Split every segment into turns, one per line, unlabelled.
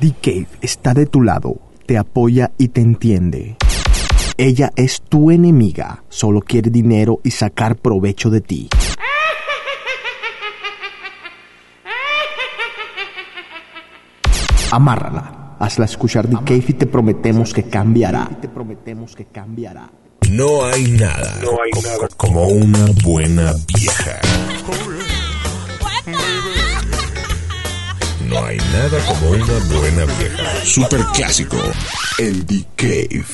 Decade está de tu lado, te apoya y te entiende. Ella es tu enemiga, solo quiere dinero y sacar provecho de ti. Amárrala, hazla escuchar Decade y te prometemos que cambiará. Te prometemos que cambiará.
No hay nada. No hay nada. Como una buena vieja. No hay nada como una buena vieja. Super clásico. El The Cave.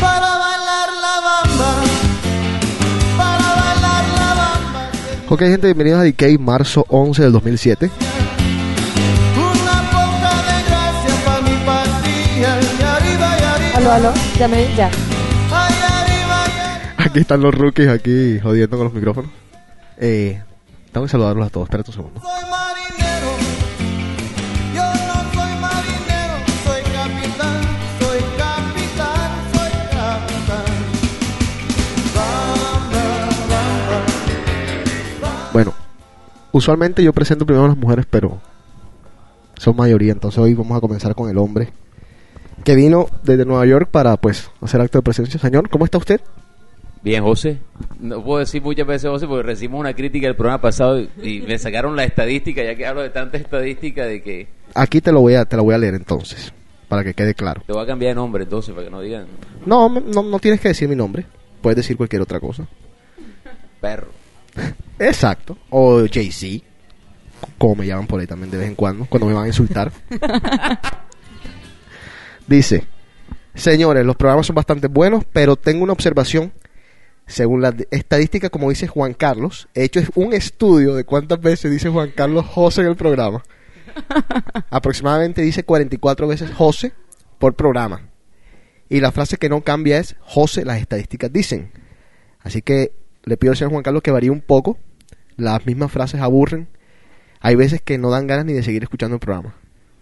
Para bailar la bamba. Para bailar la bamba.
Ok, gente, bienvenidos a Decay, marzo 11 del 2007.
Una poca de gracia pa' mi patilla. Y arriba, y arriba.
Aló, aló, ya me, ya.
Ay, arriba, y arriba.
Aquí están los rookies, aquí jodiendo con los micrófonos. Eh, tengo que saludarlos a todos, espérate un segundo.
Soy marinero. Yo no soy marinero. Soy capitán. Soy capitán. Soy capitán. Bamba, bamba.
Bueno, usualmente yo presento primero a las mujeres, pero son mayoría, entonces hoy vamos a comenzar con el hombre que vino desde Nueva York para, pues, hacer acto de presencia. Señor, ¿cómo está usted?
Bien, José. No puedo decir muchas veces José porque recibimos una crítica del programa pasado y- y me sacaron la estadística, ya que hablo de tanta estadística de que
Aquí te lo voy a, te lo voy a leer entonces, para que quede claro.
te voy a cambiar de nombre entonces para que no digan
No, me- no, no tienes que decir mi nombre, puedes decir cualquier otra cosa.
perro.
Exacto. O Jay-Z, como me llaman por ahí también de vez en cuando, cuando me van a insultar. Dice, señores, los programas son bastante buenos, pero tengo una observación. Según la de- estadística, como dice Juan Carlos, he hecho un estudio de cuántas veces dice Juan Carlos José en el programa. Aproximadamente dice 44 veces José por programa. Y la frase que no cambia es José, las estadísticas dicen. Así que le pido al señor Juan Carlos que varíe un poco. Las mismas frases aburren. Hay veces que no dan ganas ni de seguir escuchando el programa.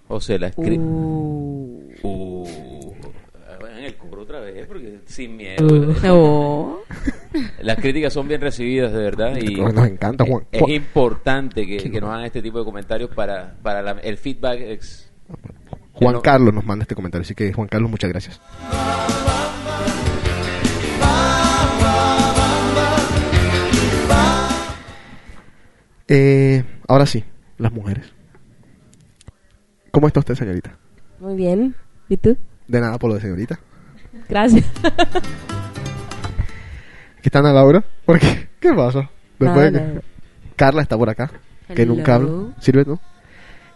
José, la escri... Uh. Hagan el coro otra vez ¿eh? porque sin miedo.
Uh.
No.
Las críticas son bien recibidas, de verdad. Y
Nos encanta, Juan.
Es
Juan.
importante que, que nos hagan este tipo de comentarios para, para la- el feedback. ex-
Juan
no-
Carlos nos manda este comentario. Así que, Juan Carlos, muchas gracias. Eh, ahora sí, las mujeres. ¿Cómo está usted, señorita?
Muy bien. ¿Y tú?
De nada por lo de señorita.
Gracias.
¿Qué está Ana Laura? ¿Por qué? ¿Qué pasa? Después de que-
Nada.
Carla está por acá, que
Hello.
nunca habla. Sirve, ¿no?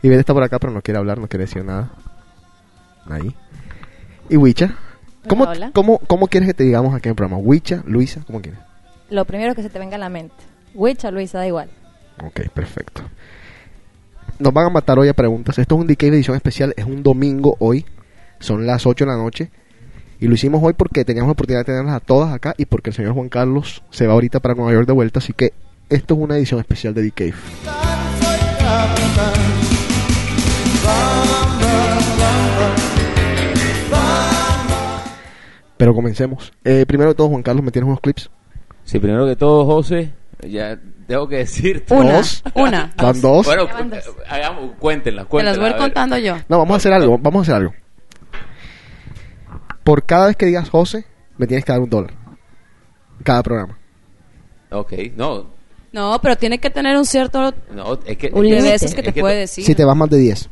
Y Beth está por acá, pero no quiere hablar, no quiere decir nada. Ahí. Y Wicha. ¿Cómo,
Hola, hola.
¿cómo, ¿Cómo quieres que te digamos aquí en el programa? Wicha, Luisa, ¿cómo quieres?
Lo primero que se te venga a la mente. Witch o Luisa, da igual.
Ok, perfecto. Nos van a matar hoy a preguntas. Esto es un Decay de edición especial. Es un domingo hoy. Son las 8 de la noche. Y lo hicimos hoy porque teníamos la oportunidad de tenerlas a todas acá y porque el señor Juan Carlos se va ahorita para Nueva York de vuelta. Así que esto es una edición especial de Decay.
Soy capitán. Bamba, bamba.
Pero comencemos. Eh, primero de todo, Juan Carlos, me tienes unos clips.
Sí, primero que todo, José, ya tengo que decirte.
Una.
Dos.
Una.
Van dos.
Bueno, eh,
Llevan dos.
hagamos, cuéntenlas,
Te
cuéntenlas.
las voy a
a ver.
ir contando yo.
No, vamos a hacer algo. Vamos a hacer algo. Por cada vez que digas José, me tienes que dar un dólar. Cada programa.
Ok, no,
No, pero tiene que tener un cierto
no, es que...
un
es
límite
límite.
de veces que te
es que-
puede decir.
Si te vas más de 10.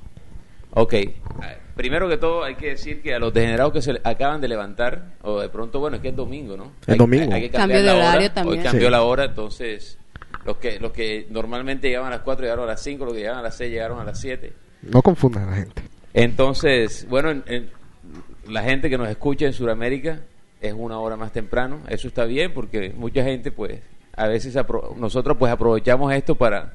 Ok, ah, primero que todo hay que decir que a los degenerados que se le- acaban de levantar, o de pronto, bueno, es que es domingo, ¿no?
Es
Hay-
domingo.
Hay, hay que
Cambio
cambiar
de
la
horario
hora.
también.
Hoy cambió
Sí.
la hora, entonces los que, los que normalmente llegaban a las 4 llegaron a las 5, los que llegaban a las 6 llegaron a las 7.
No confundas a la gente.
Entonces, bueno, en- en- la gente que nos escucha en Sudamérica es una hora más temprano. Eso está bien porque mucha gente, pues, a veces apro- nosotros pues aprovechamos esto para,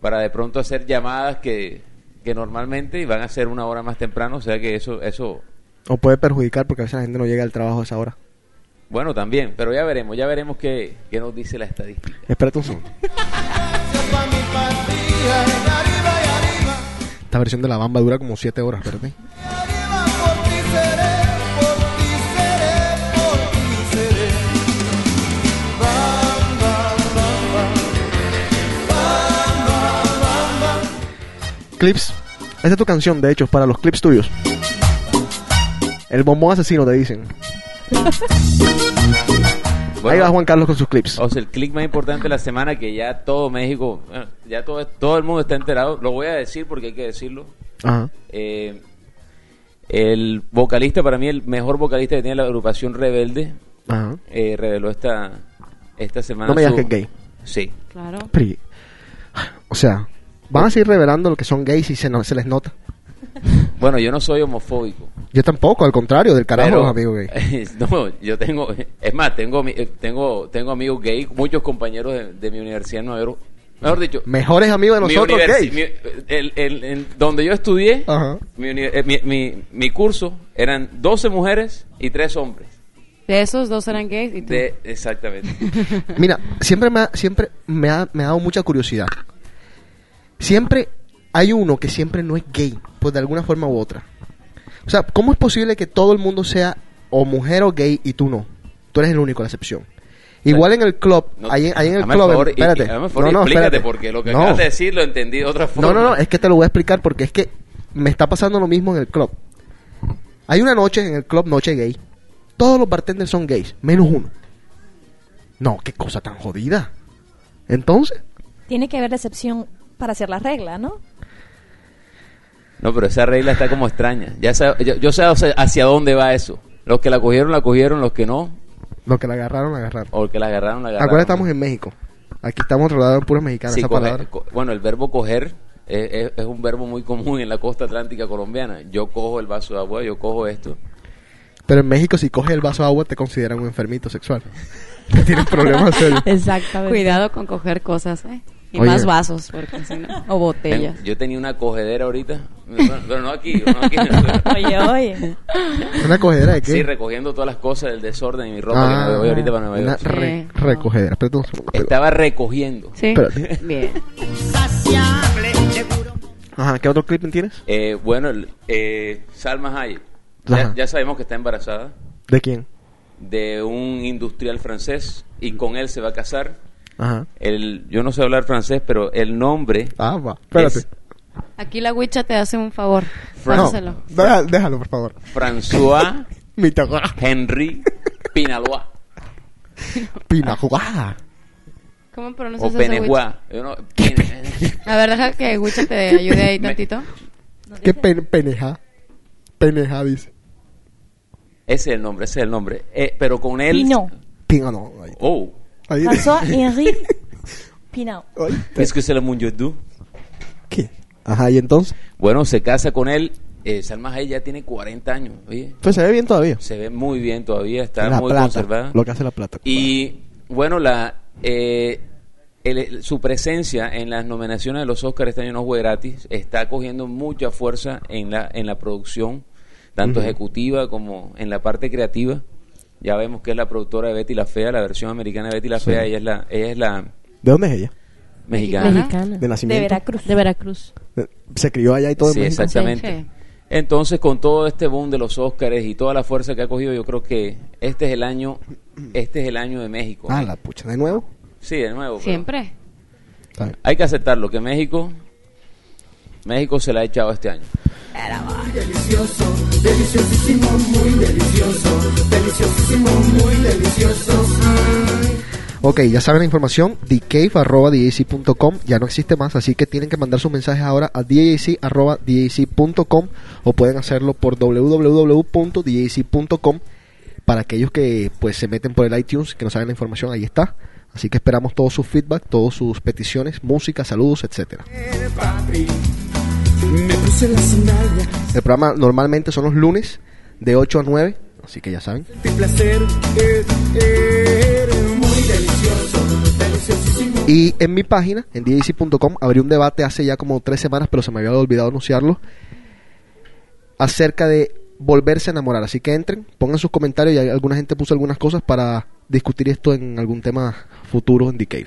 para de pronto hacer llamadas que, que normalmente van a ser una hora más temprano. O sea que eso, eso,
O puede perjudicar porque a veces la gente no llega al trabajo a esa hora.
bueno, también. Pero ya veremos, ya veremos qué, qué nos dice la estadística.
Espérate un segundo.
Pa' mi patilla. Y arriba, y arriba.
Esta versión de la bamba dura como 7 horas, espérate.
Arriba por ti seré, por ti seré, por ti seré. Bam, bam, bam, bam.
clips. Esta es tu canción, de hecho, para los clips tuyos. El bombón asesino, te dicen. Ahí
Bueno,
va Juan Carlos con sus clips.
O sea, el clic más importante de la semana que ya todo México, bueno, ya todo, todo el mundo está enterado. Lo voy a decir porque hay que decirlo.
Ajá.
Eh, el vocalista, para mí, el mejor vocalista que tiene la agrupación Rebelde,
Ajá.
eh, reveló esta, esta semana.
No me digas
su-
que es gay.
Sí.
Claro.
Pri- O sea, van a seguir revelando lo que son gays y se, no- se les nota.
Bueno, yo no soy homofóbico.
Yo tampoco, al contrario, del carajo,
pero-
los amigos gays.
no, yo tengo. Es más, tengo, mi- eh, tengo, tengo amigos gay, muchos compañeros de, de mi universidad en Nueva York. Mejor dicho,
Mejores amigos de
mi
nosotros
universi-
gays.
mi- el- el- el- donde yo estudié,
Ajá.
mi, uni- eh, mi- mi- mi curso eran 12 mujeres y 3 hombres.
De esos dos eran gays y tú.
De, exactamente.
Mira, siempre me ha, siempre me ha, me ha dado mucha curiosidad. Siempre hay uno que siempre no es gay, pues de alguna forma u otra. O sea, ¿cómo es posible que todo el mundo sea o mujer o gay y tú no? Tú eres el único, la excepción. Igual en el club,
No,
ahí, ahí en el
hazme
club,
favor y-
espérate.
y- hazme favor
no,
y
no,
explícate,
espérate.
porque lo que
No.
acabas de decir lo entendí de otra forma.
No, no, no, es que te lo voy a explicar porque es que me está pasando lo mismo en el club. Hay una noche en el club, noche gay. Todos los bartenders son gays, menos uno. No, qué cosa tan jodida. Entonces,
Tiene que haber excepción para hacer la regla, ¿no?
No, pero esa regla está como extraña. Ya sab- yo, yo sé o sea, hacia dónde va eso. Los que la cogieron, la cogieron. Los que no,
lo que la agarraron, la agarraron.
o los que la agarraron, la agarraron.
Acuérdate, estamos en México. Aquí estamos rodeados de puros mexicanos.
Sí,
esa
coge-
palabra.
co- bueno, el verbo coger es, es- es un verbo muy común en la costa atlántica colombiana. Yo cojo el vaso de agua, yo cojo esto.
Pero en México, si coges el vaso de agua, te consideran un enfermito sexual. Te tienes problemas serios.
Exactamente.
Cuidado con coger cosas, ¿eh? Y
Oye.
más vasos, porque si no- O
Tengo-
botellas.
yo tenía una cogedera ahorita, Bueno, pero no aquí, no aquí.
Oye, oye.
¿Una cogedera de qué?
Sí, recogiendo todas las cosas del desorden y mi ropa que me
Ah,
voy ahorita para Nueva
una
York.
re-
Sí.
recogedera. Espérate un segundo.
Estaba recogiendo.
Sí.
Espérate.
Bien.
Ajá, ¿qué otro clip tienes?
Eh, bueno, el- eh, Salma Hayek. Ya,
Ajá.
ya sabemos que está embarazada
¿De quién?
de un industrial francés y con él se va a casar.
Ajá.
El, yo no sé hablar francés, pero el nombre
Ah, va. Espérate.
Es-
Aquí la Wicha te hace un favor.
Fran-
Pásaselo.
No, deja- déjalo, por favor.
François
Mi tocó.
Henry Pinalois
Pina. ¡Ah!
¿Cómo
o
pronuncias eso, Wicha?
Penejois. Yo no- Pin-
A ver, deja que Wicha te ayude ahí
Me-
tantito.
¿Qué pen- peneja? Peneja dice.
Ese es el nombre, ese es el nombre. Eh, pero con él.
Pino.
Pina no. Ahí.
Oh,
ahí.
François Henri Pinot.
Ay,
es que se le mundo
¿Qué? Ajá, y entonces.
Bueno, se casa con él. Eh, Salma Hayek ya tiene 40 años. Oye,
Pues se ve bien todavía.
se ve muy bien todavía, está
la
muy
plata.
conservada.
Lo que hace la plata.
Y bueno, la eh, el- el- su presencia en las nominaciones de los Oscars este año no fue gratis. Está cogiendo mucha fuerza en la, en la producción, tanto ejecutiva como en la parte creativa. Ya vemos que es la productora de Betty la Fea, la versión americana de Betty la Fea. Ella es la, ella es la
¿De dónde es ella?
mexicana.
Mexicana.
De
De
nacimiento.
Veracruz.
De Veracruz.
Se crió allá y todo
Sí,
en México.
exactamente.
Sí.
Entonces, con todo este boom de los Óscares y toda la fuerza que ha cogido, yo creo que este es el año, este es el año de México.
Ah, la pucha. De nuevo.
Sí, de nuevo. pero-
Siempre.
Está bien.
Hay que aceptarlo, que México, México se la ha echado este año.
Ok, ya saben la información. dcave.com ya no existe más, así que tienen que mandar sus mensajes ahora a dac.com o pueden hacerlo por www.dac.com para aquellos que pues se meten por el iTunes, que no saben la información, ahí está. Así que esperamos todos sus feedback, todas sus peticiones, música, saludos, etcétera. El programa normalmente son los lunes de 8 a 9, así que ya saben. Y en mi página, en djc.com, abrí un debate hace ya como tres semanas, pero se me había olvidado anunciarlo, acerca de volverse a enamorar. Así que entren, pongan sus comentarios y hay- alguna gente puso algunas cosas para discutir esto en algún tema futuro en The Cave.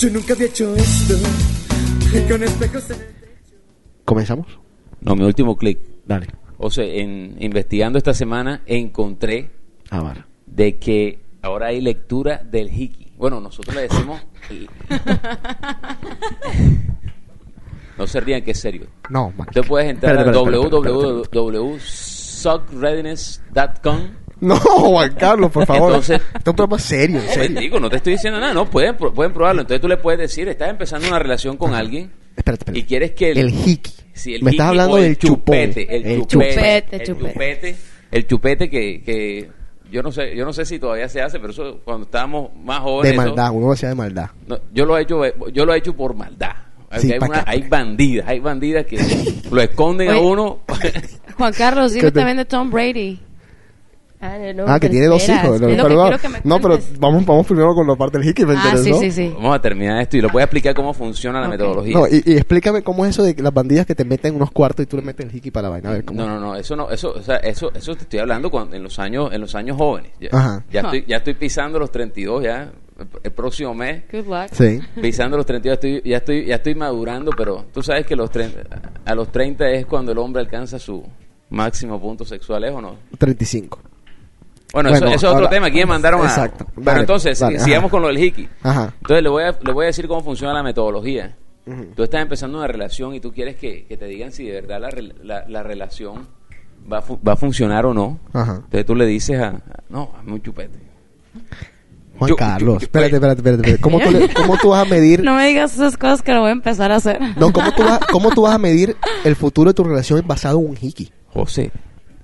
Yo nunca había hecho esto. Y con espejos en el-
¿Comenzamos?
No, mi último clic.
Dale.
O sea, en, investigando esta semana encontré
Ah, vale.
de que, Ahora hay lectura del hiki. Bueno, nosotros le decimos. el- no se rían, que es serio.
No, man.
Tú puedes entrar
Espérate,
a
espérate, espérate,
www.suckreadiness.com.
No, Juan Carlos, por favor.
Entonces-
Esto es un problema serio, en
No,
serio.
bendigo, no te estoy diciendo nada, no, pueden, pro- pueden probarlo. Entonces tú le puedes decir, estás empezando una relación con alguien
Espérate, espérate.
y quieres que
El hiki.
Sí,
Me estás
hiki
hablando
o
del chupón.
chupete, el,
El
chupete,
chupete.
el
Chupete.
chupete, el chupete que, que yo no sé, yo no sé si todavía se hace, pero eso cuando estábamos más jóvenes
De
eso-
maldad, uno decía de maldad.
no, yo lo he hecho, yo lo he hecho por maldad. Hay-
Sí,
hay,
pa'
una-
acá.
hay bandidas, hay bandidas que lo esconden a
Oye.
uno.
Juan Carlos, dime
¿Qué te-
también de Tom Brady.
ah, que tiene dos hijos.
es lo que
perdón.
quiero que me
no, pero
cuentes.
vamos, vamos primero con la parte del hiki, me
Ah,
interesó.
sí, sí, sí.
Vamos a terminar esto y lo voy a explicar cómo funciona la
Ok.
metodología.
No, y, y explícame cómo es eso de que las bandidas que te meten unos cuartos y tú le metes el hiki para la vaina. A ver, ¿cómo?
No, no, no, eso no, eso, o sea, eso, eso te estoy hablando cuando, en los años, en los años jóvenes. Ya,
Ajá.
ya
Ah.
estoy, ya estoy pisando los 32 ya, el, el próximo mes,
Good luck.
Sí.
pisando los 32 estoy, ya estoy, ya estoy madurando, pero tú sabes que los 30 a los 30 es cuando el hombre alcanza su máximo punto sexual, ¿es o no?
35.
Bueno, eso,
Bueno,
eso es otro
ahora-
tema, aquí me mandaron a...
Exacto.
Pero
Dale,
entonces,
dale,
si-
ajá.
sigamos con lo del hiki.
Ajá. Mm.
Entonces, le voy, a, le voy a decir cómo funciona la metodología. Tú estás empezando una relación y tú quieres que, que te digan si de verdad la, rel- la- la relación va a, fu- va a funcionar o no.
Ajá.
Entonces tú le dices a... a- No, hazme un chupete.
Juan
Yo-
Carlos,
yo- yo-
espérate, espérate, espérate. espérate. ¿Cómo, tú le- cómo tú vas a medir?
No me digas esas cosas que lo voy a empezar a hacer.
No, ¿cómo tú, vas, ¿cómo tú vas a medir el futuro de tu relación basado en un hiki?
José,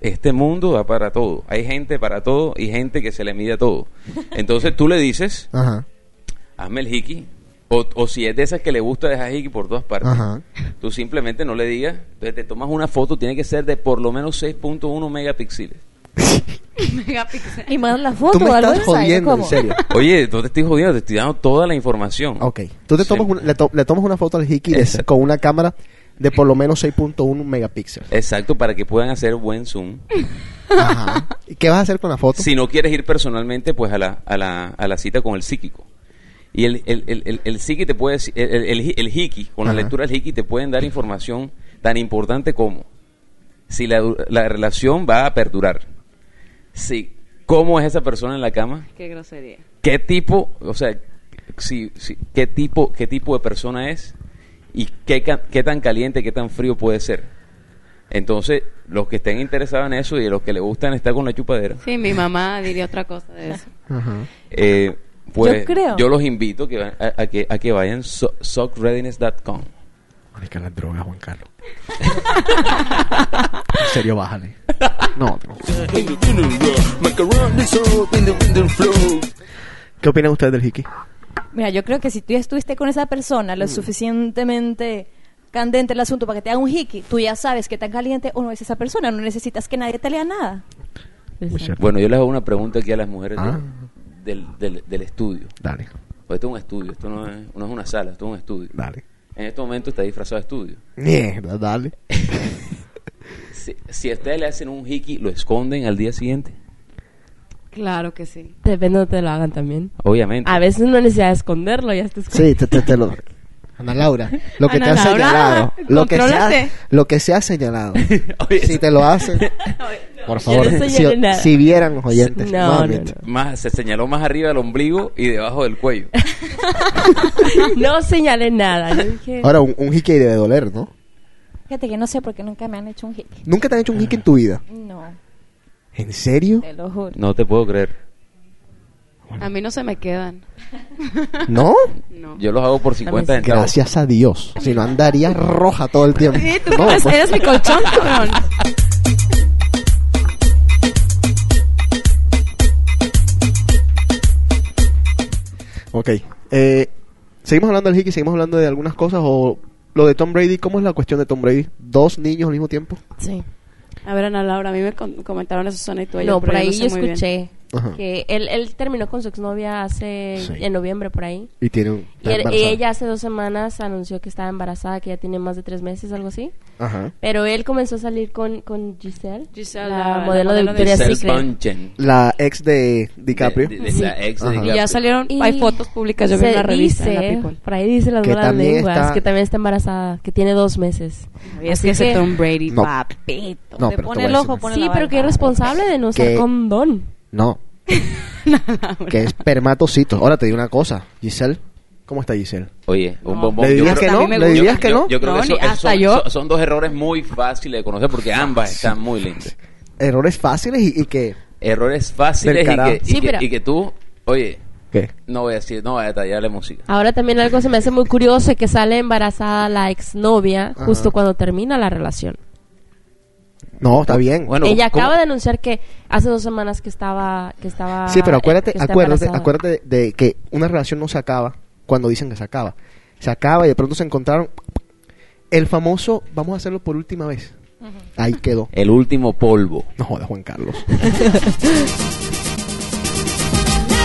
este mundo va para todo. Hay gente para todo y gente que se le mide a todo. Entonces tú le dices,
Ajá,
hazme el hiki. O, o si es de esas que le gusta dejar hiki por todas partes.
ajá.
Tú simplemente no le digas. Entonces te tomas una foto, tiene que ser de por lo menos 6.1 megapíxeles.
Megapixel.
Y mandan la
Tú
foto
me
o algo
estás
de esa,
jodiendo, en
¿cómo?
serio.
Oye, no te estoy jodiendo, te estoy dando toda la información.
Ok. Tú te
Sí.
tomas una- le, to- le tomas una foto al hiki de-
Exacto.
con una cámara de por lo menos 6.1 megapíxeles.
Exacto, para que puedan hacer buen zoom.
Ajá. ¿Y qué vas a hacer con la foto?
Si no quieres ir personalmente, pues a la, a la, a la cita con el psíquico. Y el, el, el, el, el psiqui te puede decir- el, el, el hi- el hiki, con
Ajá.
la lectura del hiki, te pueden dar información tan importante como si la, du- la relación va a perdurar. Si, ¿Cómo es esa persona en la cama?
Qué grosería.
qué tipo, o sea, si, si- qué tipo, qué tipo de persona es y qué, ca- qué tan caliente, qué tan frío puede ser. Entonces, los que estén interesados en eso y los que les gustan estar con la chupadera,
Sí, mi mamá diría otra cosa de eso.
Ajá.
eh, pues
Yo creo.
los invito que, va- a, a que, a que vayan so- sockreadiness.com.
Marica, las drogas, Juan Carlos. en serio, bájale. No, no. ¿Qué opinan ustedes del hiki?
Mira, yo creo que si tú ya estuviste con esa persona
Mm.
lo suficientemente candente el asunto para que te haga un hiki, tú ya sabes que tan caliente o no es esa persona, no necesitas que nadie te lea nada.
Bueno, yo les hago una pregunta aquí a las mujeres de-
Ah.
del, del- del estudio.
Dale,
Pues esto es un estudio, esto no es, no es una sala, esto es un estudio.
dale.
En este momento está disfrazado de estudio.
Mierda, dale.
Si, si a ustedes le hacen un hiki, ¿lo esconden al día siguiente?
Claro que sí.
Depende de te lo hagan también.
Obviamente.
A veces no necesidad esconderlo, ya está escondido.
Sí, te, te- te lo... Ana Laura, lo que
Ana
te ha
Laura,
señalado. Lo que, se ha,
contrólate.
lo que se ha señalado.
Oye,
si te lo hacen, por favor,
Yo no
si,
señalé nada.
si vieran los oyentes.
No,
mami,
no, no.
más, se señaló más arriba del ombligo y debajo del cuello.
No señalé nada. Yo dije,
Ahora, un, un hiki debe doler, ¿no?
Fíjate que no sé por qué nunca me han hecho un hiki.
¿Nunca te han hecho un hiki en tu vida?
No,
¿En serio?
te lo juro.
No te puedo creer.
A mí no se me quedan.
¿No?
No.
Yo los hago por 50 centavos.
Gracias a Dios. Si no, andarías roja todo el tiempo.
Sí, tú
No,
eres,
pues,
eres mi colchón, cabrón.
ok. Eh, ¿Seguimos hablando del hiki? ¿Seguimos hablando de algunas cosas? ¿O lo de Tom Brady? ¿Cómo es la cuestión de Tom Brady? ¿Dos niños al mismo tiempo?
sí.
A ver, Ana Laura, a mí me con- comentaron eso, Susana y tú. ayer,
No, por
pero
ahí
sé
yo
muy bien.
escuché
Ajá.
que él, él terminó con su exnovia hace
Sí.
en noviembre por ahí.
Y tiene un...
Y, él- y ella hace dos semanas anunció que estaba embarazada, que ya tiene más de tres meses, algo así.
Ajá.
Pero él comenzó a salir con, con Giselle,
Giselle,
la,
la-
modelo
la
de
modelo de
Victoria's
Giselle
Secret.
Bunchen.
La ex de DiCaprio.
De, de- de la ex de
Ajá.
Y
DiCaprio.
ya salieron,
Y
hay fotos públicas, yo vi
se
en la revista, en la
dice,
People.
por ahí dice las
Que
malas
también
lenguas,
está-
que también está embarazada, que tiene dos meses.
Y es
Así
que ese
que-
Tom Brady,
No.
papito.
No,
Te
pero te voy a
pone el
decir
ojo,
una-
pone
sí,
la
pero
vaina.
que irresponsable de no usar
Que-
condón.
No, que es permatocito. Ahora te digo una cosa, Giselle. ¿Cómo está Giselle?
Oye, un
No.
bombón.
¿Le
yo
dirías que
creo-
a
no?
mí me
¿Le
gusta.
dirías que
yo-
no?
Yo creo
No,
que eso-
ni-
esos
hasta
son,
yo.
son- son dos errores muy fáciles de conocer porque ambas están muy lindas.
Errores fáciles y, y que...
Errores
Del
fáciles y
carajo.
que, y
Sí,
que-
pero-
y que tú, oye,
¿Qué?
no voy a decir, no voy a detallar la música.
Ahora también algo se me hace muy curioso es que sale embarazada la exnovia justo cuando termina la relación.
No, está bien.
Bueno,
Ella
¿cómo-
acaba de anunciar que hace dos semanas que estaba que estaba
Sí, pero acuérdate,
Ah, que está
acuérdate,
embarazada.
acuérdate de que una relación no se acaba cuando dicen que se acaba. Se acaba y de pronto se encontraron el famoso, vamos a hacerlo por última vez. Ahí quedó.
El último polvo.
No jodas, Juan Carlos.
La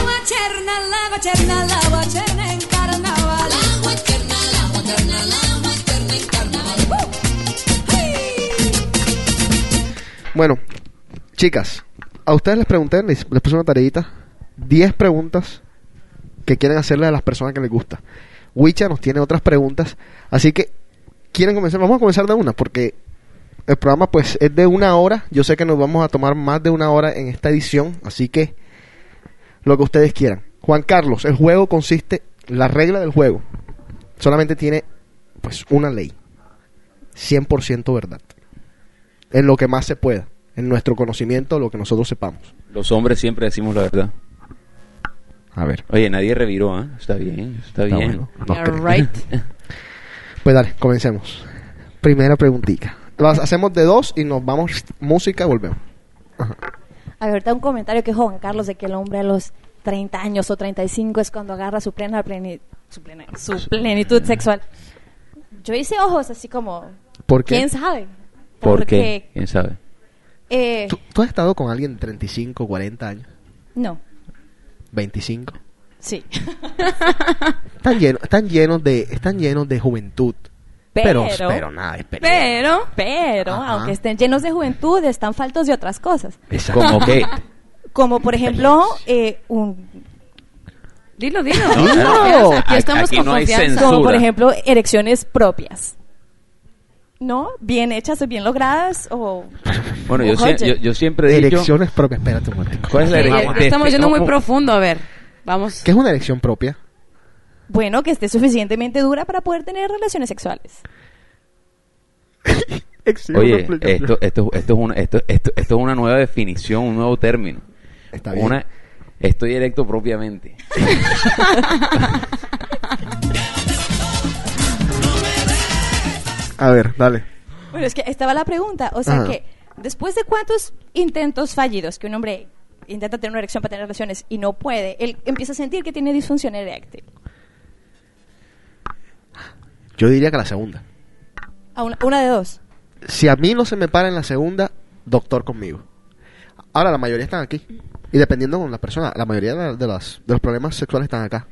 guacherna, la guacherna, la guacherna en carnaval. La guacherna, la guacherna, la guacherna en carnaval.
Bueno, chicas, a ustedes les pregunté, les, les puse una tareita, 10 preguntas que quieren hacerle a las personas que les gusta. Wicha nos tiene otras preguntas, así que quieren comenzar, vamos a comenzar de una, porque el programa pues es de una hora, yo sé que nos vamos a tomar más de una hora en esta edición, así que lo que ustedes quieran. Juan Carlos, el juego consiste, la regla del juego solamente tiene pues una ley, 100% verdad en lo que más se pueda, en nuestro conocimiento, lo que nosotros sepamos.
Los hombres siempre decimos la verdad.
A ver.
Oye, nadie reviró, ¿ah? Está bien, está, bien.
You're right.
Pues dale, comencemos. Primera preguntita. Las hacemos de dos y nos vamos música y volvemos.
A ver, ahorita un comentario que Juan Carlos de que el hombre a los 30 años o 35 es cuando agarra su plena, pleni- su, plena- su plenitud sexual. Yo hice ojos así como,
¿Por qué?
¿quién sabe?
¿Por qué? ¿Quién sabe?
eh,
¿Tú, tú has estado con alguien de 35, 40 años,
no,
25?
sí.
Están llenos, están llenos de, están llenos de juventud. Pero, pero, nada, de experiencia.
Pero, pero,
Ajá.
aunque estén llenos de juventud, están faltos de otras cosas.
Exacto.
Como que...
Como por ejemplo, eh, un,
Dilo, dilo.
No, no,
Con confianza,
aquí-
Aquí estamos
aquí
con
no hay
confianza.
censura.
como por ejemplo, erecciones propias. ¿No? Bien hechas, bien logradas o...
Bueno, yo,
o
sie- yo,
joyas.
yo siempre he dicho...
Erecciones propias. Espérate un momento.
¿Cuál es la
Eh,
erección?
eh, Estamos yendo muy
este, No,
profundo, a ver. Vamos.
¿Qué es una erección propia?
Bueno, que esté suficientemente dura para poder tener relaciones sexuales.
Oye, esto, esto, esto, es una, esto, esto, esto es una nueva definición, un nuevo término.
Está bien.
Una, estoy erecto propiamente.
A ver, dale.
Bueno, es que estaba la pregunta. O sea
Ajá.
que, después de cuántos intentos fallidos que un hombre intenta tener una erección para tener relaciones y no puede, él empieza a sentir que tiene disfunción eréctil.
Yo diría que la segunda.
A una, una de dos.
si a mí no se me para en la segunda, doctor conmigo. Ahora, la mayoría están aquí. Y dependiendo con la persona, la mayoría de, la- de las, de los problemas sexuales están acá.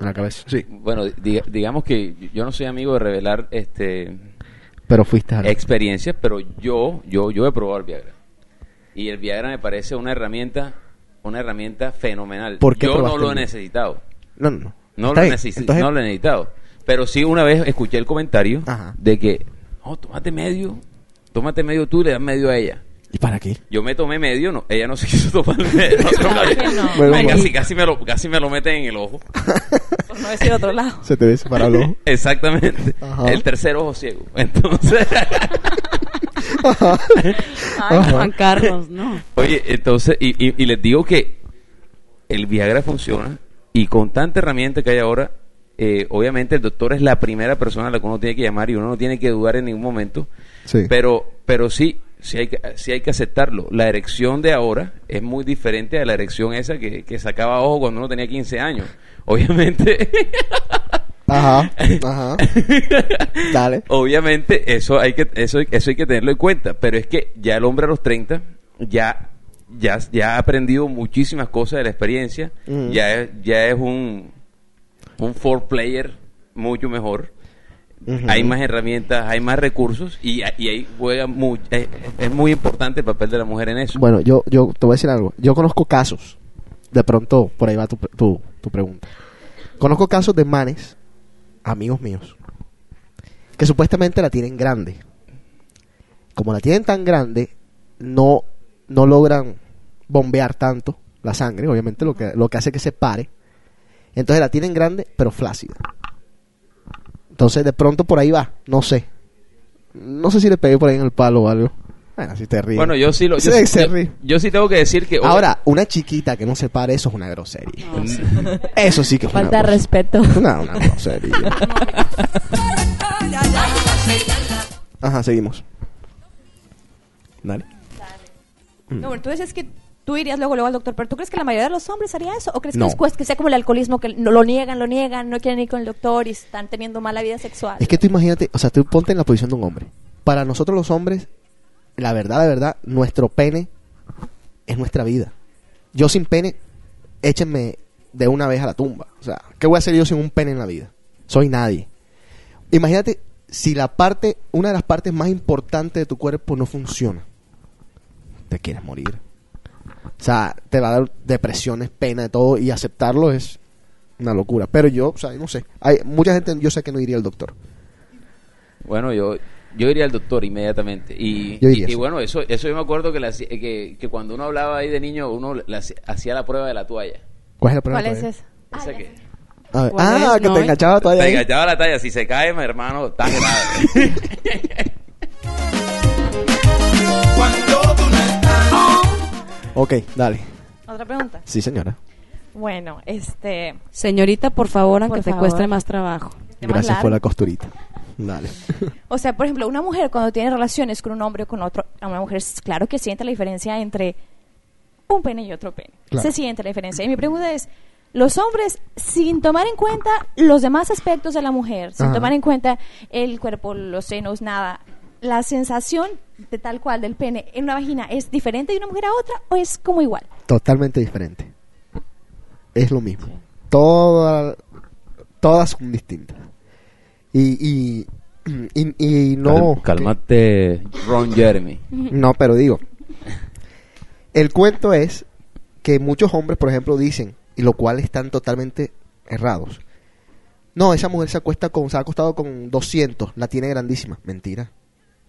En la cabeza. Sí.
Bueno, diga- digamos que yo no soy amigo de revelar este
Pero fuiste a...
experiencias, pero yo, yo, yo he probado el Viagra. Y el Viagra me parece una herramienta, una herramienta fenomenal.
¿Por qué
yo no
probaste
lo he
el-
necesitado.
No, no, no.
No
Está
lo,
bien.
necesi-
Entonces,
no lo he necesitado. Pero sí una vez escuché el comentario
Ajá.
de que, oh, tómate medio, tómate medio tú y le das medio a ella.
¿Y para qué?
Yo me tomé medio, no, ella no se quiso tomar medio.
que no.
Ay,
Bueno,
casi, casi, me lo, casi me lo meten en el ojo.
Por no decir otro lado.
Se te ve separado. el ojo.
Exactamente.
Ajá.
El tercer ojo ciego. Entonces,
Ajá.
Ay, Juan Carlos, no.
oye, entonces, y, y- y les digo que el Viagra funciona y con tanta herramienta que hay ahora, eh, obviamente el doctor es la primera persona a la que uno tiene que llamar y uno no tiene que dudar en ningún momento.
Sí.
Pero, pero sí, sí hay, que, sí hay que aceptarlo. La erección de ahora es muy diferente a la erección esa que, que sacaba ojo cuando uno tenía 15 años. Obviamente,
Ajá. Ajá. Dale.
obviamente eso hay que eso, eso hay que tenerlo en cuenta. Pero es que ya el hombre a los 30 ya ya, ya ha aprendido muchísimas cosas de la experiencia.
Mm.
Ya es, ya es un un four player mucho mejor.
Ujú.
Hay más herramientas, hay más recursos y, y ahí juega mu- eh, es muy importante el papel de la mujer en eso.
Bueno, yo, yo te voy a decir algo. Yo conozco casos. De pronto, por ahí va tu, pre- tu, tu pregunta. Conozco casos de manes, amigos míos, que supuestamente la tienen grande. Como la tienen tan grande, no, no logran bombear tanto la sangre, obviamente lo que, lo que hace que se pare. Entonces la tienen grande, pero flácida. Entonces de pronto por ahí va, no sé. No sé si le pegué por ahí en el palo o algo. Bueno, si te ríes.
Bueno, yo sí lo. Yo,
Se-
sí-
se
yo-
ríe.
yo sí tengo que decir que.
Ahora, una chiquita que no se pare, eso es una grosería. Eso sí que es
Falta de
Pues una grosería. No,
respeto.
una grosería. Ajá, seguimos. Dale. Mm.
No, bueno, tú dices que tú irías luego, luego al doctor, pero ¿tú crees que la mayoría de los hombres haría eso? ¿O crees que
No.
les cuesta que sea como el alcoholismo, que no- lo niegan, lo niegan, no quieren ir con el doctor y están teniendo mala vida sexual?
Es que tú imagínate, o sea, tú ponte en la posición de un hombre. Para nosotros los hombres, la verdad, la verdad, nuestro pene es nuestra vida. Yo sin pene, échenme de una vez a la tumba. O sea, ¿qué voy a hacer yo sin un pene en la vida? Soy nadie. Imagínate si la parte, una de las partes más importantes de tu cuerpo no funciona. Te quieres morir. O sea, te va a dar depresiones, pena de todo y aceptarlo es una locura. Pero yo, o sea, no sé. Hay mucha gente, yo sé que no iría al doctor.
Bueno, yo, yo iría al doctor inmediatamente. Y,
Yo iría,
y- y
sí.
bueno, eso, eso yo me acuerdo que, le hacía- que, que cuando uno hablaba ahí de niño, uno le hacía- hacía la prueba de la toalla.
¿Cuál es la
¿Cuál
pregunta?
es esa?
O sea que
A ver.
¿Cuál
Ah,
es?
que
No,
te
¿eh?
enganchaba todavía.
te
ahí.
enganchaba la talla. Si se cae, mi hermano, está grave.
Ok, dale.
Otra pregunta.
Sí, señora.
Bueno, este...
Señorita, por favor, aunque
Por
te
favor.
cueste más trabajo.
Tema
Gracias
largo.
por la costurita. Dale.
O sea, por ejemplo, una mujer cuando tiene relaciones con un hombre o con otro, a una mujer s- claro que siente la diferencia entre un pene y otro pene.
Claro.
Se siente la diferencia. Y mi pregunta es, los hombres, sin tomar en cuenta los demás aspectos de la mujer, sin
Ajá.
tomar en cuenta el cuerpo, los senos, nada, la sensación de tal cual del pene en una vagina es diferente de una mujer a otra o es como igual.
Totalmente diferente. Es lo mismo. Toda- todas son distintas. Y, y, y, y no...
Calmate, Ron Jeremy.
No, pero digo. El cuento es que muchos hombres, por ejemplo, dicen, y lo cual están totalmente errados. No, esa mujer se acuesta con, se ha acostado con 200, la tiene grandísima. Mentira.